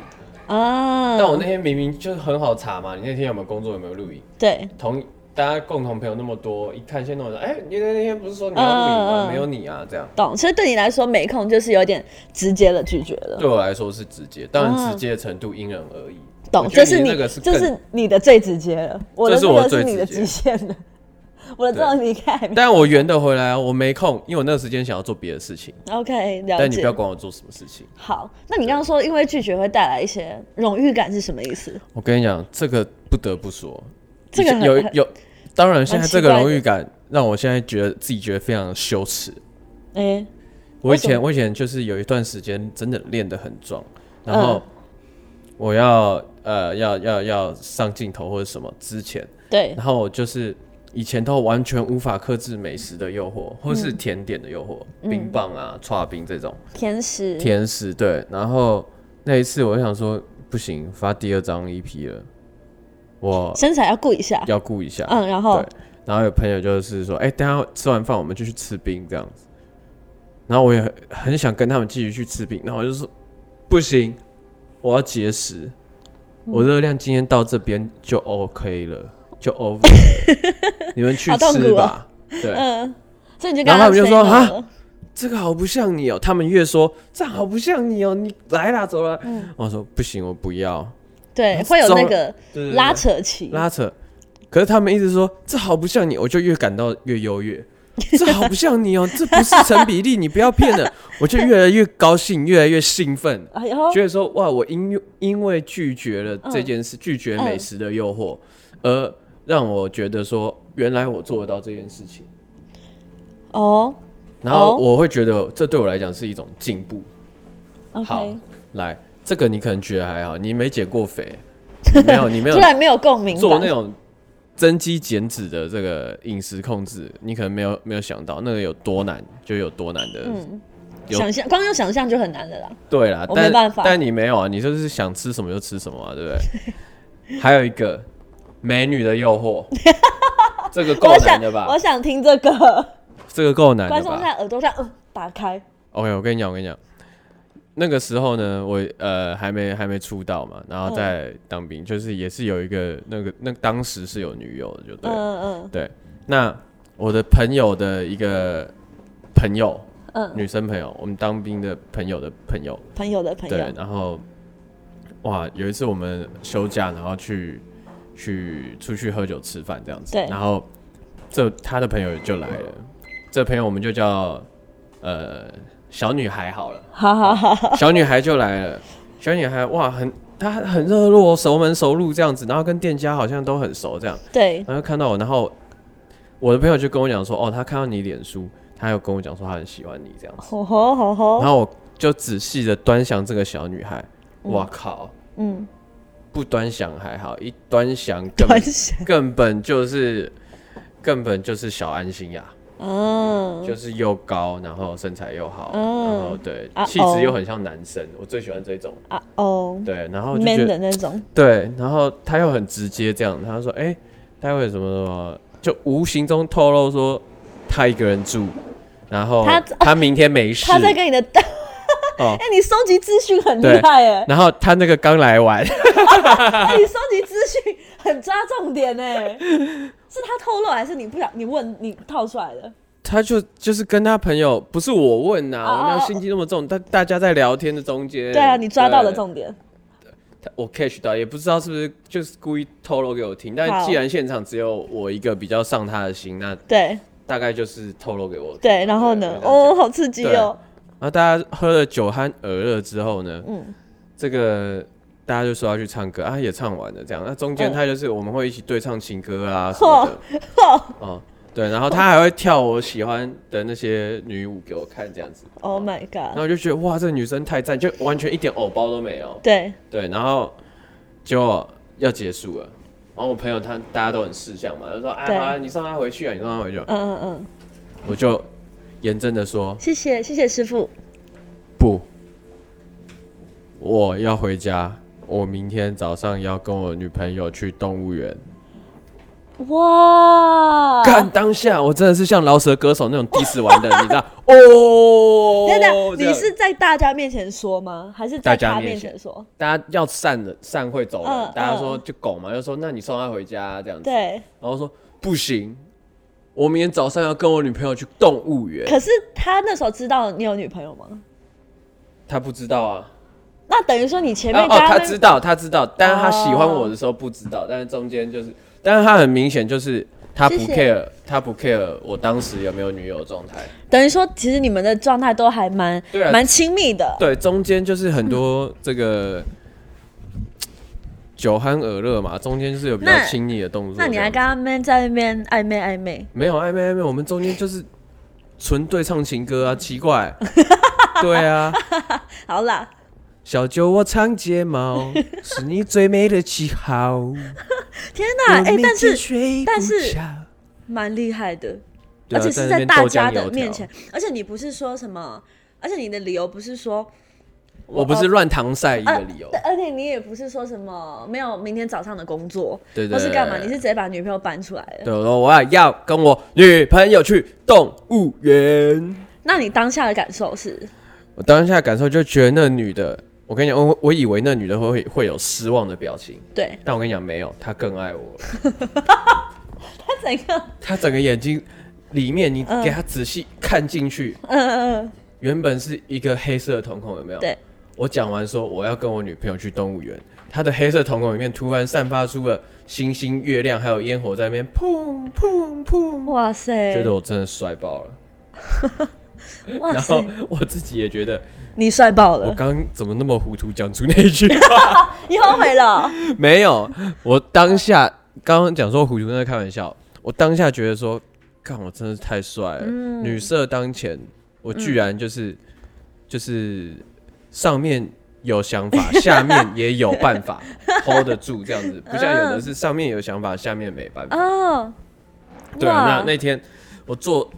A: 啊。
B: 但我那天明明就是很好查嘛，你那天有没有工作，有没有录影？
A: 对
B: 同大家共同朋友那么多，一看先弄说，哎、你那天不是说你要录影吗？
A: 嗯嗯嗯
B: 没有你啊，这样。
A: 懂，所以对你来说没空就是有点直接的拒绝了。
B: 对我来说是直接，当然
A: 嗯
B: 直接的程度因人而异。
A: 懂，
B: 我觉
A: 这
B: 得
A: 是
B: 你
A: 你
B: 那个是
A: 这
B: 更
A: 是你的最直接了，我的
B: 这是
A: 那个
B: 我
A: 是
B: 最
A: 你的
B: 直接
A: 极限了。 我的葬礼开还没。
B: 但我圆的回来，啊我没空，因为我那个时间想要做别的事情。
A: OK，了
B: 但你
A: 解
B: 不要。管我做什么事情。
A: 好，那你刚刚说因为拒绝会带来一些荣誉感是什么意思？
B: 我跟你讲，这个不得不说，
A: 这个很
B: 有
A: 很
B: 有，当然现在这个
A: 蛮奇怪的
B: 荣誉感让我现在觉得自己觉得非常羞耻。
A: 哎、
B: 我以
A: 为什
B: 前我以前就是有一段时间真的练得很壮，然
A: 嗯
B: 后我要、呃要要要上镜头或者什么之前，
A: 对，
B: 然后我就是以前都完全无法克制美食的诱惑，或是甜点的诱惑，冰棒啊、串冰这种
A: 天使，
B: 甜食对。然后那一次我就想说不行，发第二张 EP 了，我
A: 身材要顾一下。
B: 要顾 一下。
A: 嗯，然后
B: 对，然后有朋友就是说，哎、等一下吃完饭我们就去吃冰这样子。然后我也很很想跟他们继续去吃冰，然后我就说不行，我要节食，
A: 嗯
B: 我热量今天到这边就 OK 了，就 over 了，你们去
A: 好痛
B: 吃
A: 苦哦
B: 吧。对，
A: 嗯，所以你就刚
B: 然后
A: 刚
B: 他们就说啊
A: 哈，
B: 这个好不像你哦。他们越说这好不像你哦，你来啦，走啦。
A: 嗯
B: 我说不行，我不要。嗯
A: 对，会有那个
B: 对对对
A: 拉扯期，
B: 拉扯。可是他们一直说这好不像你，我就越感到越优越。这好不像你哦，这不是成比例，你不要骗了。我就越来越高兴，越来越兴奋，
A: 哎呦，
B: 觉得说哇，我因因为拒绝了这件事，拒绝美食的诱惑，而让我觉得说原来我做得到这件事情。
A: 哦
B: 然后
A: 哦
B: 我会觉得这对我来讲是一种进步。好
A: ，OK，，
B: 来，这个你可能觉得还好，你没减过肥，你没有，你没有
A: 突然没有共鸣吧，
B: 做那种增肌减脂的这个饮食控制，你可能没有没有想到那个有多难，就有多难的。有
A: 想象，光用想象就很难了啦。
B: 对啦，
A: 嗯我没
B: 但
A: 办法
B: 但你没有啊，你就是想吃什么就吃什么啊，对不对？ 还有一个美女的 诱惑，这个够
A: 我
B: 难
A: 想
B: 的，吧
A: 我？想听这个，
B: 这个够难
A: 观
B: 的
A: 众
B: 吧？
A: 在耳朵上，嗯，打开，
B: OK，我跟你讲，我跟你讲，那个时候呢，我呃还没还没出道嘛，然
A: 嗯
B: 后在当兵，就是也是有一个那个那当时是有女友的，就对了。
A: 嗯嗯
B: 对，那我的朋友的一个朋友，
A: 嗯，
B: 女生朋友，我们当兵的朋友的朋友，
A: 朋友的朋
B: 对
A: 友，，
B: 然后哇，有一次我们休假，然后去去出去喝酒吃饭这样子，
A: 对
B: 然后这他的朋友就来了，这朋友我们就叫呃小女孩 好了，
A: 好好好，
B: 小女孩就来了，小女孩哇很。她很热络，熟门熟路这样子，然后跟店家好像都很熟这样。
A: 对，
B: 然后看到我，然后我的朋友就跟我讲说，哦，他看到你脸书，他有跟我讲说他很喜欢你这样子。
A: 吼吼吼
B: 然
A: 吼，
B: 后我就仔细的端详这个小女孩，哇靠，
A: 嗯，
B: 不端详还好，一端详根
A: 短
B: 本
A: 想，
B: 根本就是根本就是小安心呀、
A: 嗯，
B: 就是又高，然后身材又好，
A: 嗯
B: 然后对
A: 啊
B: 气
A: 哦
B: 质又很像男生，我最喜欢这种。
A: 啊哦
B: 对，然后就觉
A: ，man
B: 得
A: 的那种，
B: 对，然后他又很直接这样，他说：“哎、待会什么什么，就无形中透露说他一个人住，然后
A: 他
B: 他明天没事，
A: 他在跟你的， 哎，
B: 哦，
A: 你收集资讯很
B: 对
A: 厉害 哎，
B: 然后他那个刚来完，
A: 哎，你收集资讯很抓重点哎，是他透露还是你不想你问你套出来的？
B: 他就就是跟他朋友，不是我问呐、
A: 哦
B: 我那
A: 哦
B: 个心机那么重，但大家在聊天的中间，
A: 对啊，你抓到了
B: 对
A: 重点，
B: 他我 catch 到，也不知道是不是就是故意透露给我听，但
A: 好
B: 既然现场只有我一个比较上他的心，那
A: 对
B: 大概就是透露给我听
A: 对，然后呢？
B: 对
A: 哦，好刺激
B: 对
A: 哦，
B: 然后大家喝了酒酣耳热之后呢，
A: 嗯
B: 这个大家就说要去唱歌啊，也唱完了这样。那中间
A: 嗯
B: 他就是我们会一起对唱情歌啊什么的，哦，对，然后他还会跳我喜欢的那些女舞给我看这样子，
A: ，Oh my
B: 然
A: god，
B: 后我就觉得哇，这女生太赞，就完全一点偶包都没有。
A: 对，
B: 对，然后结果要结束了，然后我朋友他大家都很识相嘛，就说哎，
A: 对
B: 好啊你送她回去啊，你送她回去啊，
A: 嗯嗯嗯，
B: 我就严正的说
A: 谢谢谢谢师傅，
B: 不，我要回家。我明天早上要跟我女朋友去动物园。
A: 哇，
B: 干、哦当下我真的是像饶舌歌手那种 diss 完的，你知道？ 哦，
A: 等等，
B: 这样
A: 你是在大家面前说吗？还是在
B: 大家
A: 他
B: 面
A: 面
B: 前
A: 前说？
B: 大家要散了，散会走了。
A: 嗯
B: 大家说
A: 嗯
B: 就狗嘛，就说那你送她回家这样子。
A: 对，
B: 然后说不行，我明天早上要跟我女朋友去动物园。
A: 可是他那时候知道你有女朋友吗？
B: 她不知道啊。
A: 那等于说你前
B: 哦
A: 面跟
B: 哦，他
A: 们
B: 知道，他知道，但是他喜欢我的时候不知道，但是中间就是，但是他很明显就是他不
A: 谢谢
B: care，他不 care 我当时有没有女友状态。
A: 等于说，其实你们的状态都还蛮
B: 对啊
A: 蛮亲密的。
B: 对，中间就是很多这个酒酣耳热嘛，中间就是有比较
A: 那
B: 亲密的动作这
A: 那
B: 样子。
A: 你还跟他们在那边暧昧暧昧？
B: 没有暧昧暧昧，我们中间就是纯对唱情歌啊，奇 怪。对啊，
A: 好啦，
B: 小酒窝长睫 毛是你最美的记号。
A: 天哪，啊哎、但是
B: 是
A: 但是蛮厉害的，
B: 对
A: 而
B: 啊
A: 且是
B: 在那
A: 在
B: 边
A: 大
B: 豆
A: 家
B: 浆
A: 的
B: 油条
A: 面前，而且你不是说什么，而且你的理由不是说，呃
B: 我
A: 哦
B: 不是乱搪塞一个理由，
A: 而且你也不是说什么没有明天早上的工作，
B: 对对
A: 或是干嘛，
B: 对
A: 你是直接把女朋友搬出来了。
B: 对，我说我要跟我女朋友去动物园。
A: 那你当下的感受是？
B: 我当下感受就觉得那女的，我跟你讲，我我以为那女的会会有失望的表情，
A: 对
B: 但我跟你讲没有，她更爱我 了。
A: 他整个，
B: 她整个眼睛里面，你
A: 嗯
B: 给她仔细看进去，
A: 嗯嗯嗯，
B: 原本是一个黑色的瞳孔，有没有？
A: 对。
B: 我讲完说我要跟我女朋友去动物园，她的黑色瞳孔里面突然散发出了星星、月亮还有烟火在那边砰砰砰，
A: 哇塞，
B: 觉得我真的帅爆了。
A: 哇
B: 然
A: 塞
B: 后，我自己也觉得，
A: 你帅爆
B: 我
A: 了，
B: 刚刚怎么那么糊涂讲出那一句话？
A: 你后悔了？
B: 没有，我当下刚刚讲说糊涂那是开玩笑，我当下觉得说，看我真的是太帅了，
A: 嗯
B: 女色当前，我居然就是、就是上面有想法，下面也有办法 hold 得住这样子，不像有的是上面有想法，下面没办法。
A: 哦，
B: 对啊，
A: 哇
B: 那那天我坐。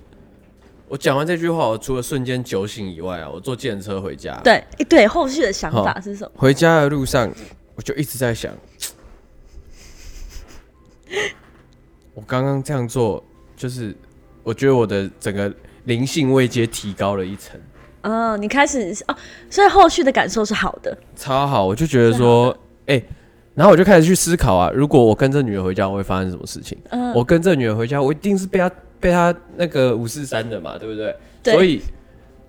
B: 我讲完这句话，我除了瞬间酒醒以外啊，我坐计程车回家。
A: 对诶对，后续的想
B: 好
A: 法是什么？
B: 回家的路上，我就一直在想，我刚刚这样做，就是我觉得我的整个灵性位阶提高了一层，
A: 嗯，你开始哦，所以后续的感受是好的。
B: 超好。我就觉得说，哎、然后我就开始去思考啊，如果我跟这女人回家，我会发生什么事情？
A: 嗯，
B: 我跟这女人回家，我一定是被她被她那个五四三的嘛，对不对？
A: 对
B: 所以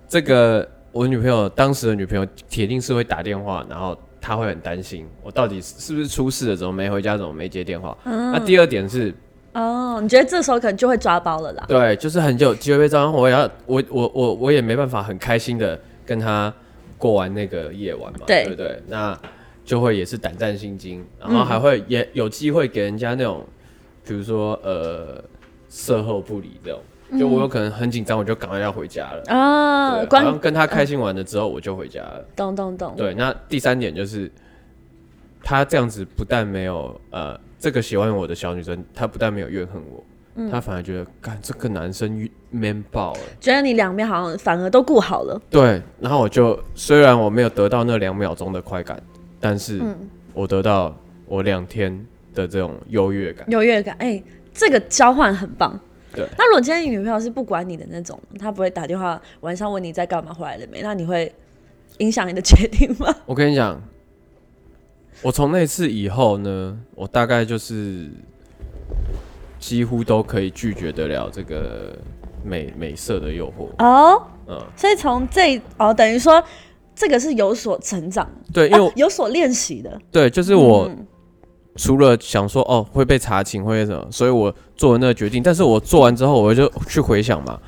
B: 这个我女朋友当时的女朋友铁定是会打电话，然后她会很担心，我到底是是不是出事了？怎么没回家？怎么没接电话？那、
A: 嗯
B: 第二点是
A: 哦，你觉得这时候可能就会抓包了啦。
B: 对，就是很有机会被抓，我也要我我我我也没办法很开心的跟她过完那个夜晚嘛，
A: 对
B: 对不对？那就会也是胆战心惊，然后还会也有机会给人家那种，比如说呃，售后不理这种。
A: 嗯
B: 就我有可能很紧张，我就赶快要回家了。
A: 啊，
B: 对，然后
A: 关
B: 跟他开心完了之后，我就回家了。
A: 懂懂懂，
B: 对，那第三点就是，他这样子不但没有呃，这个喜欢我的小女生，她不但没有怨恨我，她反而觉得，干这个男生 man 爆了。
A: 觉得你两边好像反而都顾好了。
B: 对，然后我就虽然我没有得到那两秒钟的快感，但是我得到我两天的这种优越感。
A: 优越感，哎、这个交换很棒。
B: 对
A: 那如果今天你女朋友是不管你的那种，她不会打电话晚上问你在干嘛回来了没，那你会影响你的决定吗？
B: 我跟你讲，我从那次以后呢，我大概就是几乎都可以拒绝得了这个美美色的诱惑。
A: 哦，
B: 嗯，
A: 所以从这哦，等于说这个是有所成长，
B: 对，因为我、
A: 啊有所练习的。
B: 对，就是我
A: 嗯
B: 除了想说哦会被查寝会什么，所以我做了那个决定，但是我做完之后，我就去回想嘛，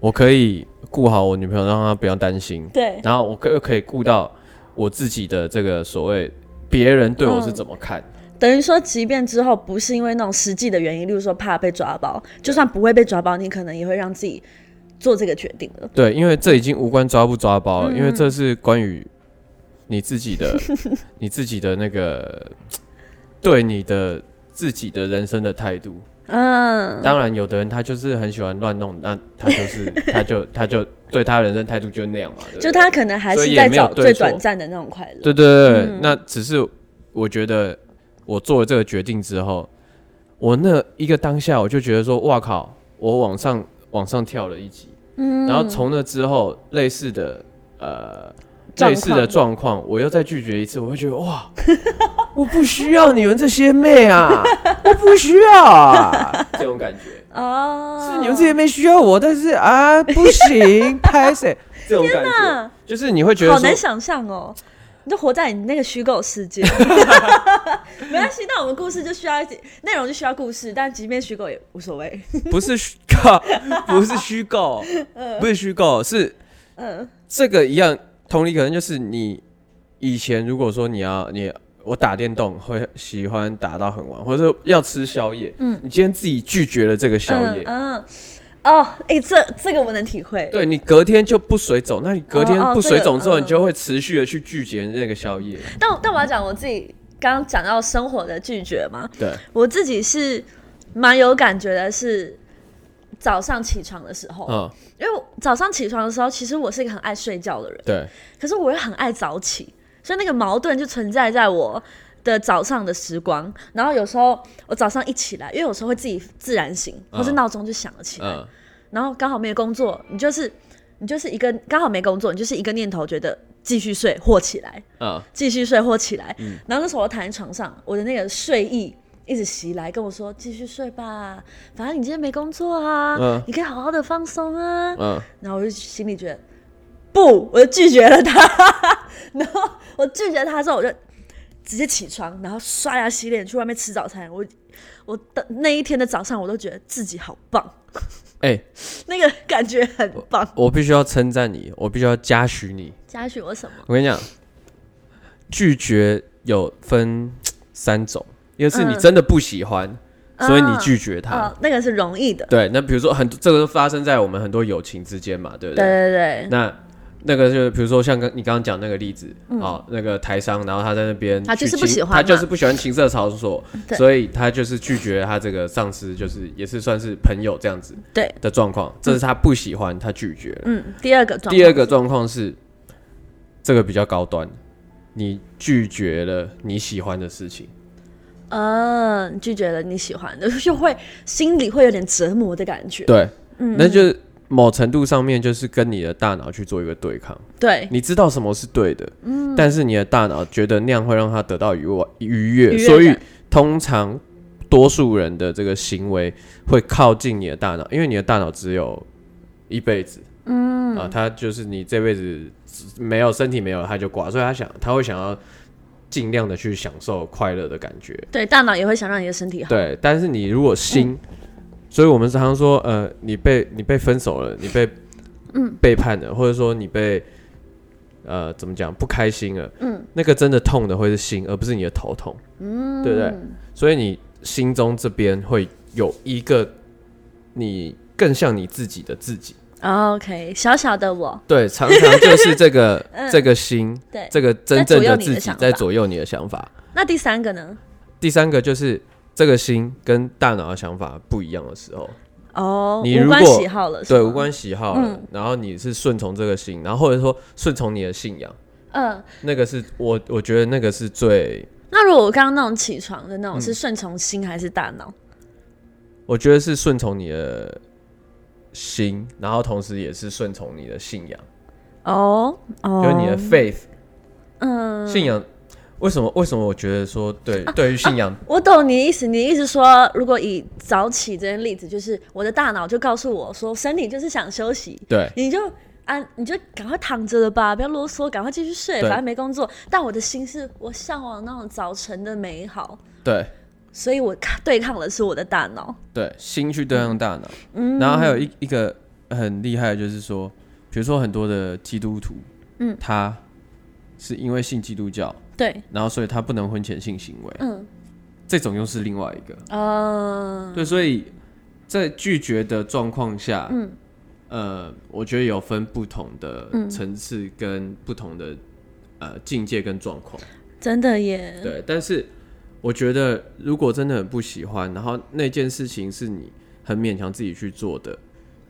B: 我可以顾好我女朋友，让她不要担心，
A: 对，
B: 然后我可可以顾到我自己的这个所谓别人对我是怎么看。
A: 等于说，即便之后不是因为那种实际的原因，例如说怕被抓包，就算不会被抓包，你可能也会让自己做这个决定了。
B: 对，因为这已经无关抓不抓包了，因为这是关于你自己的、你自己的那个对你的自己的人生的态度。
A: 嗯，
B: 当然，有的人他就是很喜欢乱弄，那他就是他就他就对他人生态度就那样嘛。对不
A: 就
B: 对
A: 他可能还
B: 所以
A: 是
B: 也
A: 在
B: 没有
A: 找
B: 对
A: 最
B: 错
A: 短暂的那种快乐。
B: 对对对，
A: 嗯
B: 对那只是我觉得我做了这个决定之后，我那一个当下我就觉得说，哇靠，我往上往上跳了一级。
A: 嗯
B: 然后从那之后，类似的呃
A: 状况
B: 类似的状况，我又再拒绝一次，我会觉 得哇，我不需要你们这些妹啊，我不需要啊， 这种感觉。
A: 哦，
B: 是你们这些妹需要我，但是 啊不行，拍谁？这种感觉
A: 哪
B: 就是你会觉得
A: 好难
B: 说，
A: 想象哦。你就活在你那个虚构世界。 没关系，那我们故事就需要一点内容，就需要故事，但即便虚构也无所谓。
B: 不是虚构，不是虚构，不是虚构，是
A: 嗯
B: 这个一样。同理，可能就是你以前如果说你要你我打电动会喜欢打到很晚，或者说要吃宵夜，嗯，你今天自己拒绝了这个宵夜
A: 嗯，嗯，哦，哎、这这个我能体会。
B: 对你隔天就不水肿，那你隔天
A: 哦哦
B: 不水肿之
A: 这
B: 后，
A: 个
B: 你就会持续的去拒绝那个宵夜。
A: 但但我要讲我自己刚刚讲到生活的拒绝嘛，
B: 对，
A: 我自己是蛮有感觉的是。早上起床的时候，
B: 嗯，
A: 因为我早上起床的时候，其实我是一个很爱睡觉的人，
B: 对，
A: 可是我又很爱早起，所以那个矛盾就存在在我的早上的时光。然后有时候我早上一起来，因为有时候会自己自然醒，
B: 嗯
A: 或是闹钟就响了起来，
B: 嗯，
A: 然后刚好没有工作，你就是你就是一个刚好没工作，你就是一个念头，觉得继续睡或起来，
B: 嗯，
A: 继续睡或起来。然后那时候我躺在床上，我的那个睡意一直袭来，跟我说继续睡吧，反正你今天没工作啊，
B: 嗯
A: 你可以好好的放松啊。
B: 嗯，
A: 然后我就心里觉得不，我就拒绝了他。 然后我拒绝他之后，我就直接起床，然后刷牙洗脸去外面吃早餐。我我的那一天的早上，我都觉得自己好棒，
B: 哎、
A: 那个感觉很棒。
B: 我必须要称赞你，我必须要嘉许你。
A: 嘉许我什么？
B: 我跟你讲，拒绝有分三种，一个是你
A: 嗯啊
B: 真的不喜欢，所以你拒绝他。
A: 哦，那个是容易的。
B: 对，那比如说很这个发生在我们很多友情之间嘛，对不
A: 对对对，
B: 那那个就是比如说像刚你刚刚讲那个例子，哦，那个台商，然后他在那边
A: 嗯他
B: 去
A: 就是
B: 情
A: 不喜欢
B: 他
A: 嘛
B: 就是不喜欢情色场所，
A: 对
B: 所以他就是拒绝他这个上司，就是也是算是朋友这样子
A: 对
B: 的状况，这是他不喜欢，他拒绝了。
A: 嗯，第二个状况
B: 第二个状况是这个比较高端，你拒绝了你喜欢的事情，
A: 嗯，你拒绝了你喜欢的，就会心里会有点折磨的感觉。
B: 对，那就是某程度上面就是跟你的大脑去做一个对抗。
A: 对，
B: 你知道什么是对的，但是你的大脑觉得那样会让他得到愉悦，愉
A: 愉
B: 悦，
A: 悦
B: 所以
A: 感
B: 通常多数人的这个行为会靠近你的大脑，因为你的大脑只有一辈子，嗯，啊，他就是你这辈子没有身体没有他就挂，所以他想他会想要尽量的去享受快乐的感觉，
A: 对，大脑也会想让你的身体好。
B: 对，但是你如果心，所以我们常常说，呃，你被你被分手了，你被嗯背叛了，或者说你被呃怎么讲不开心了，嗯，那个真的痛的会是心，而不是你的头痛，嗯，对不对？所以你心中这边会有一个你更像你自己的自己，
A: 哦 OK，小小的我，
B: 对，常常就是这 个嗯这个心，
A: 对
B: 这个真正的自
A: 在左右你的
B: 己
A: 想法
B: 在左右你的想法。
A: 那第三个呢？
B: 第三个就是这个心跟大脑的想法不一样的时候。
A: 哦，
B: 你
A: 无
B: 如
A: 关
B: 果
A: 喜好了，
B: 对，
A: 是吗嗯
B: 无。关喜好了，然后你是顺从这个心，然后或者说顺从你的信仰，
A: 嗯，
B: 那个是我我觉得那个是最，
A: 那如果我刚刚那种起床的那种，
B: 嗯
A: 是顺从心还是大脑？
B: 我觉得是顺从你的心，然后同时也是顺从你的信仰，
A: 哦哦，
B: 就是你的 faith、
A: 嗯，啊
B: 信仰。为什么？为什么我觉得说对，对于信仰，
A: 我懂你的意思。你的意思说，如果以早起这件例子，就是我的大脑就告诉我说，身体就是想休息，
B: 对
A: 你就啊，你就赶快躺着了吧，不要啰嗦，赶快继续睡，
B: 对
A: 反正没工作。但我的心是我向往那种早晨的美好，
B: 对
A: 所以我抗对抗的是我的大脑。
B: 对，心去对抗大脑。
A: 嗯
B: 然后还有一一个很厉害，的就是说，比如说很多的基督徒，
A: 嗯
B: 他是因为信基督教，
A: 对，
B: 然后所以他不能婚前性行为，
A: 嗯，
B: 这种又是另外一个。
A: 嗯，
B: 对，所以在拒绝的状况下，
A: 嗯，
B: 呃，我觉得有分不同的层次跟不同的、呃境界跟状况。
A: 真的耶，
B: 对，但是我觉得如果真的很不喜欢，然后那件事情是你很勉强自己去做的，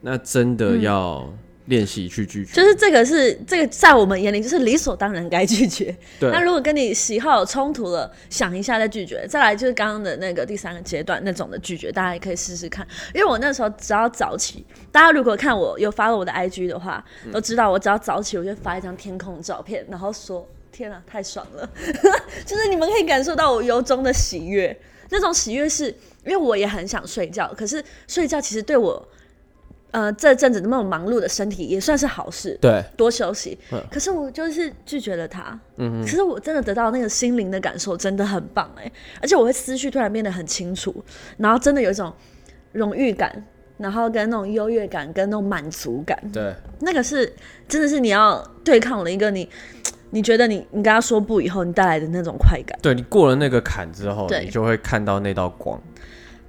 B: 那真的要练习去拒
A: 嗯
B: 绝。
A: 就是这个是这个在我们眼里就是理所当然该拒绝。
B: 对
A: 那如果跟你喜好有冲突了，想一下再拒绝。再来就是刚刚的那个第三个阶段那种的拒绝，大家也可以试试看。因为我那时候只要早起，大家如果看我有发了我的 IG 的话，都知道我只要早起，我就发一张天空的照片，然后说：“天啊，太爽了！”就是你们可以感受到我由衷的喜悦，那种喜悦是因为我也很想睡觉，可是睡觉其实对我呃这阵子那么忙碌的身体也算是好事，
B: 对，
A: 多休息
B: 嗯。
A: 可是我就是拒绝了他。
B: 嗯
A: 可是我真的得到那个心灵的感受真的很棒哎、而且我会思绪突然变得很清楚，然后真的有一种荣誉感，然后跟那种优越感，跟那种满足感。
B: 对，
A: 那个是真的是你要对抗了一个你，你觉得你你跟他说不以后，你带来的那种快感。
B: 对你过了那个坎之后，
A: 对
B: 你就会看到那道光，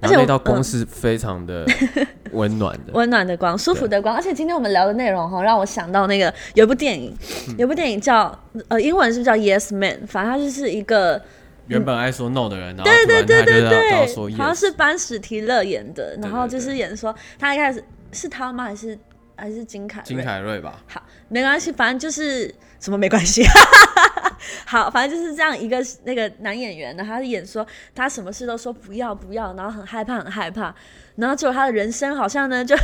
A: 而
B: 然
A: 且嗯
B: 后
A: 我
B: 那道光
A: 嗯
B: 是非常的 温暖的。
A: 温暖的光，舒服的光，而且今天我们聊的内容哈，让我想到那个有一部电影，
B: 嗯
A: 有一部电影叫呃英文是不是叫 Yes Man，反正它就是一个
B: 原本爱说 no 的人，然后突然他就是要到说
A: 嗯对，好像
B: yes，
A: 是班史提勒演的，然后
B: 对对
A: 就是演说他一开始是他吗？还是还是金凯？
B: 金。凯瑞吧？
A: 好，没关系，反正就是什么没关系。 好，反正就是这样一个那个男演员，然后他演说他什么事都说不要不要，然后很害怕很害怕，然后结果他的人生好像呢就，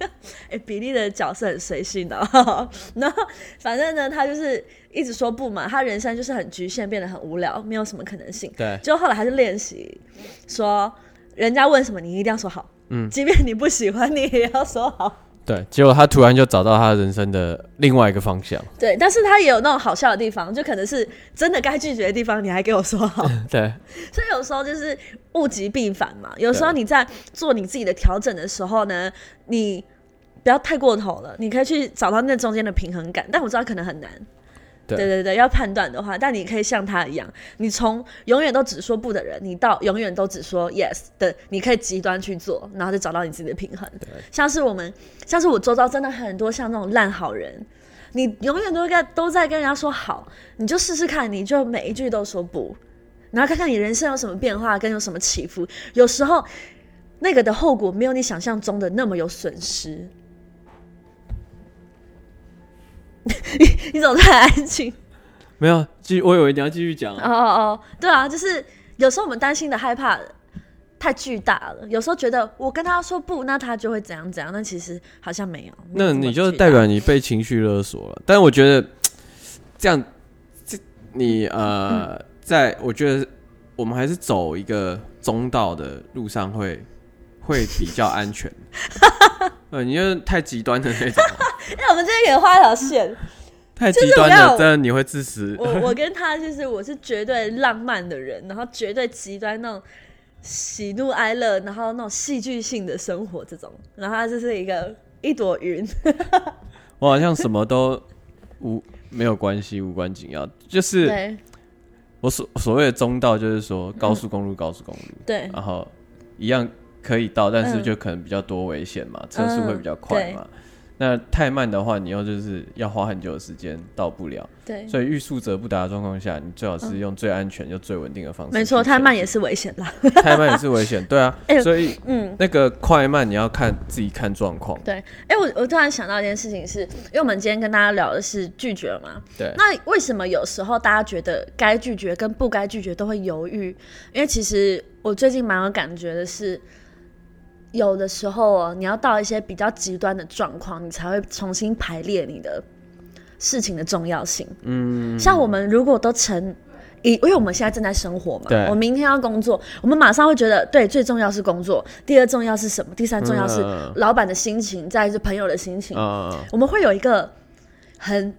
A: 哎、比利的角色很随性的、哦， 然后反正呢他就是一直说不嘛，他人生就是很局限，变得很无聊，没有什么可能性。
B: 对，
A: 就后来还是练习说，人家问什么你一定要说好，嗯，即便你不喜欢你也要说好。
B: 对，结果他突然就找到他人生的另外一个方向。
A: 对，但是他也有那种好笑的地方，就可能是真的该拒绝的地方，你还给我说好，
B: 对，
A: 所以有时候就是物极必反嘛。有时候你在做你自己的调整的时候呢，你不要太过头了，你可以去找到那中间的平衡感。但我知道可能很难，
B: 对
A: 对对对，要判断的话，但你可以像他一样，你从永远都只说不的人，你到永远都只说 yes 的，你可以极端去做，然后再找到你自己的平衡。像是我们，像是我周遭真的很多像那种烂好人，你永远都跟都在跟人家说好，你就试试看，你就每一句都说不，然后看看你人生有什么变化，跟有什么起伏。有时候那个的后果没有你想象中的那么有损失。 你你怎么太安 静？
B: 没有，继我以为你要继续讲啊。
A: 哦哦哦，对啊，就是有时候我们担心的害怕太巨大了，有时候觉得我跟他说不，那他就会怎样怎样，但其实好像没有。没有
B: 那
A: 这么啊
B: 你就
A: 巨大
B: 代表你被情绪勒索了。但我觉得这样，这你呃，在我觉得我们还是走一个中道的路上会会比较安全。 呃，你就是太极端的那种，
A: 那哎我们这边也画一条线，
B: 太
A: 就
B: 极
A: 是
B: 端
A: 我
B: 的，
A: 要
B: 真的你会 自私。
A: 我我跟他就是我是绝对浪漫的人，然后绝对极端那种喜怒哀乐，然后那种戏剧性的生活这种，然后他就是一个一朵云，
B: 我好像什么都无没有关系，无关紧要。就是
A: 对
B: 我所所谓的中道，就是说高速公路，高速公路。
A: 对
B: 然后一样可以到，但是
A: 嗯
B: 就可能比较多危险嘛，车速会比较快
A: 对
B: 嘛。那太慢的话，你又就是要花很久的时间到不了，
A: 对，
B: 所以欲速则不达的状况下，你最好是用最安全又最稳定的方式
A: 嗯
B: 去
A: 没
B: 前进。
A: 错，太慢也是危险啦，
B: 太慢也是危险，对啊
A: 哎呦。
B: 所以
A: 嗯。
B: 那个快慢你要看自己看状况，
A: 对，哎、我我突然想到一件事情是，因为我们今天跟大家聊的是拒绝嘛，
B: 对
A: 那为什么有时候大家觉得该拒绝跟不该拒绝都会犹豫？因为其实我最近蛮有感觉的是，有的时候哦，你要到一些比较极端的状况，你才会重新排列你的事情的重要性。嗯，像我们如果都成。以因为我们现在正在生活嘛，
B: 对
A: 我明天要工作，我们马上会觉得，对，最重要是工作，第二重要是什么？第三重要是
B: 嗯嗯嗯
A: 老板的心情，再来是朋友的心情，
B: 嗯，
A: 我们会有一个很、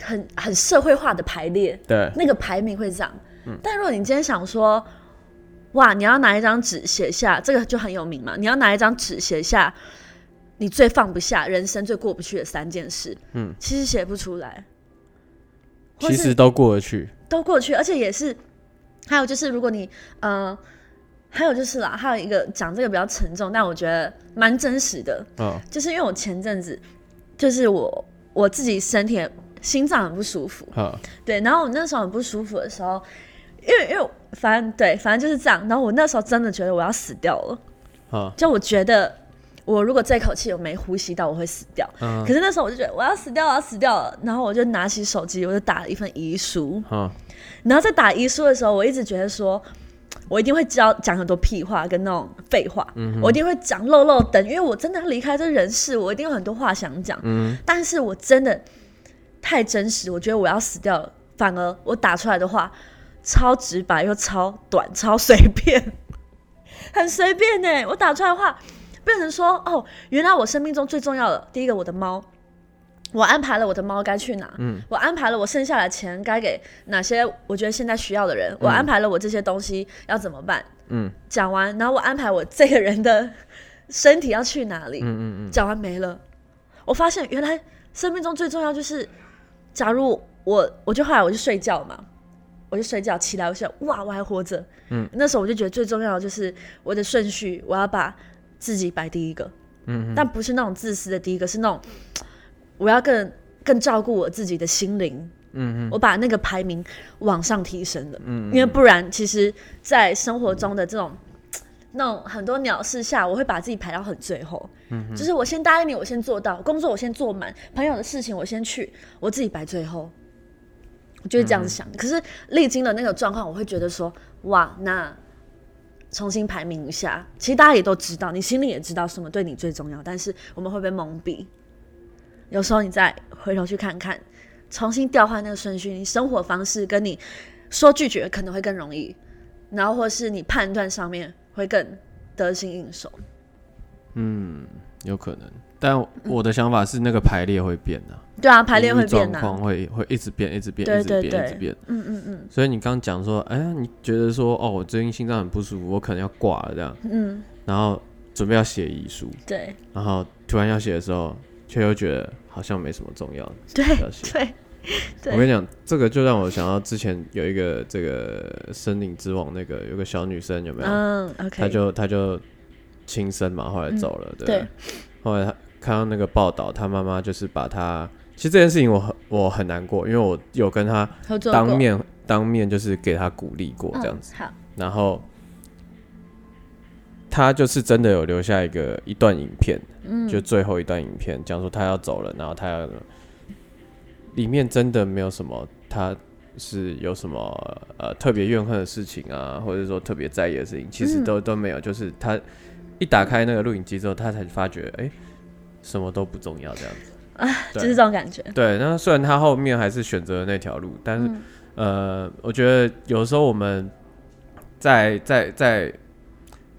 A: 很、很社会化的排列，
B: 对
A: 那个排名会这样。
B: 嗯
A: 但如果你今天想说，哇，你要拿一张纸写下，这个就很有名嘛，你要拿一张纸写下你最放不下、人生最过不去的三件事，嗯
B: 嗯，
A: 其实写不出来，或
B: 其
A: 是
B: 实都过得去，
A: 都过去，而且也是，还有就是如果你呃，还有就是啦，还有一个讲这个比较沉重，但我觉得蛮真实的，
B: 嗯
A: 就是因为我前阵子就是我我自己身体心脏很不舒服，
B: 好，
A: 对，然后我那时候很不舒服的时候，因为因为反正对，反正就是这样，然后我那时候真的觉得我要死掉了，
B: 好，
A: 就我觉得我如果这口气我没呼吸到，我会死掉。
B: 嗯
A: 可是那时候我就觉得我要死掉，我要死掉了，然后我就拿起手机，我就打了一份遗书，
B: 好，
A: 然后在打遗书的时候，我一直觉得说，我一定会教讲很多屁话跟那种废话，我一定会讲漏漏等，因为我真的离开这人世，我一定有很多话想讲。但是我真的太真实，我觉得我要死掉了，反而我打出来的话超直 白又超短，超随便，很随便呢、我打出来的话。变成说，哦，原来我生命中最重要的第一个我的猫，我安排了我的猫该去哪，我安排了我剩下的钱该给哪些我觉得现在需要的人，我安排了我这些东西要怎么办，
D: 嗯，
A: 讲完，然后我安排我这个人的身体要去哪里，
D: 嗯嗯
A: 讲完没了。我发现原来生命中最重要就是，假如我，我就后来我就睡觉嘛，我就睡觉，起来我想，哇，我还活着。嗯，那时候我就觉得最重要的就是我的顺序，我要把自己摆第一个。
D: 嗯，
A: 但不是那种自私的第一个，是那种我要更更照顾我自己的心灵。
D: 嗯
A: 我把那个排名往上提升了，嗯，因为不然，其实，在生活中的这种那种很多鸟事下，我会把自己排到很最后，嗯，就是我先答应你，我先做到，工作我先做满，朋友的事情我先去，我自己排最后，我就是这样想。可是历经了那个状况，我会觉得说，哇，那重新排名一下，其实大家也都知道，你心里也知道什么对你最重要，但是我们会被蒙蔽。有时候你再回头去看看，重新调换那个顺序，你生活方式跟你说拒绝可能会更容易，然后或是你判断上面会更得心应手。
B: 有可能。但
A: 嗯
B: 我的想法是，那个排列会变的、啊，
A: 对啊，排列会
B: 因为
A: 变
B: 状
A: 难、
B: 况会会一直变，一直变，
A: 对
B: 一直
A: 对
B: 变，一直
A: 对
B: 变。
A: 嗯嗯嗯
B: 所以你刚讲说，哎呀，你觉得说，哦，我最近心脏很不舒服，我可能要挂了这样，
A: 嗯，
B: 然后准备要写遗书，
A: 对
B: 然后突然要写的时候，却又觉得好像没什么重要的。
A: 对
B: 了解
A: 对， 对
B: 我跟你讲，这个就让我想到之前有一个这个森林之王那个有个小女生有没有？
A: 嗯
B: 她
A: ，OK，
B: 就她就轻生嘛，后来走了，对不对
A: 对
B: 后来她看到那个报道，她妈妈就是把她，其实这件事情我很我很难过，因为我有跟她
A: 合作过
B: 当面当面就是给她鼓励过这样子，
A: 嗯、好，
B: 然后她就是真的有留下一个一段影片，
A: 嗯，
B: 就最后一段影片，讲说他要走了，然后他要里面真的没有什么，他是有什么呃特别怨恨的事情啊，或者说特别在意的事情，其实都、都没有。就是他一打开那个录影机之后，他才发觉，哎、什么都不重要这样子。
A: 就
B: 对
A: 是这种感觉，
B: 对，那虽然他后面还是选择了那条路，但
A: 嗯
B: 是、呃，我觉得有时候我们在在在，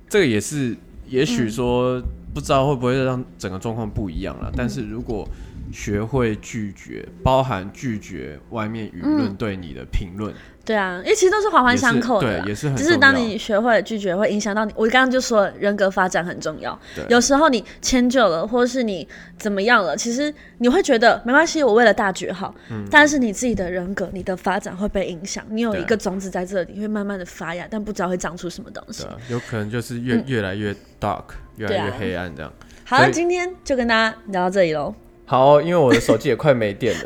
B: 这个也是，也
A: 嗯
B: 许说不知道会不会让整个状况不一样
A: 嗯
B: 了。但是如果学会拒绝，包含拒绝外面舆
A: 嗯
B: 论对你的评论，
A: 对啊，因为其实都是环环
B: 也是
A: 相扣的啦
B: 对，也是很
A: 只是
B: 重要。
A: 当你学会了拒绝，会影响到你。我刚刚就说了，人格发展很重要
B: 对。
A: 有时候你迁就了，或是你怎么样了，其实你会觉得没关系，我为了大局好。但是你自己的人格、你的发展会被影响。你有
B: 嗯对
A: 一个种子在这里，会慢慢的发芽，但不知道会长出什么东西
B: 对。啊，有可能就是越越来越 dark，越来越
A: 嗯对啊
B: 黑暗这样。
A: 好，
B: 所以
A: 那今天就跟大家聊到这里喽。
B: 好，因为我的手机也快没电 了。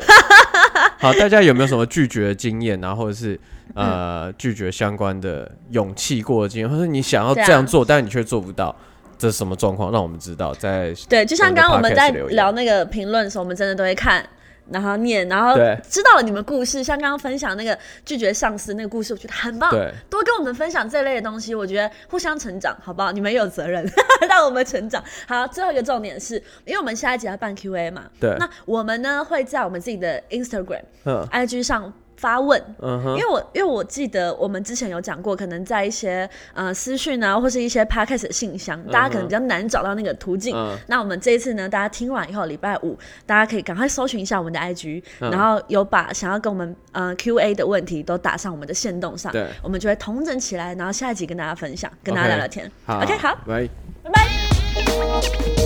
B: 好，大家有没有什么拒绝的经验，啊然后或者是呃
A: 嗯
B: 拒绝相关的勇气过的经验，或者你想要
A: 对啊
B: 这样做，但你却做不到，这是什么状况？让我们知道。在
A: 对，就像刚刚我
B: 我
A: 们
B: 们的
A: 在
B: podcast 留言
A: 聊那个评论的时候，我们真的都会看，然后念，然后
B: 对
A: 知道了你们故事。像刚刚分享那个拒绝上司那个故事，我觉得很棒。
B: 对
A: 多跟我们分享这类的东西，我觉得互相成长，好不好？你们也有责任 让我们成长。好，最后一个重点是，因为我们下一集要办 Q&A 嘛，
B: 对，
A: 那我们呢会在我们自己的 Instagram、
B: 嗯
A: IG 上发问，
B: 嗯
A: 因
B: 哼，
A: 为我因为我记得我们之前有讲过，可能在一些呃私讯啊，或是一些 podcast 的信箱，大家可能比较难找到那个途径。
B: 嗯
A: 那我们这一次呢，大家听完以后，礼拜五大家可以赶快搜寻一下我们的 IG，、然
B: 嗯
A: 后有把想要跟我们呃 QA 的问题都打上我们的线动上
B: 对，
A: 我们就会统整起来，然后下一集跟大家分享，跟大家
B: OK
A: 聊聊天。OK，好，
B: 拜。
A: 拜拜。
E: Thank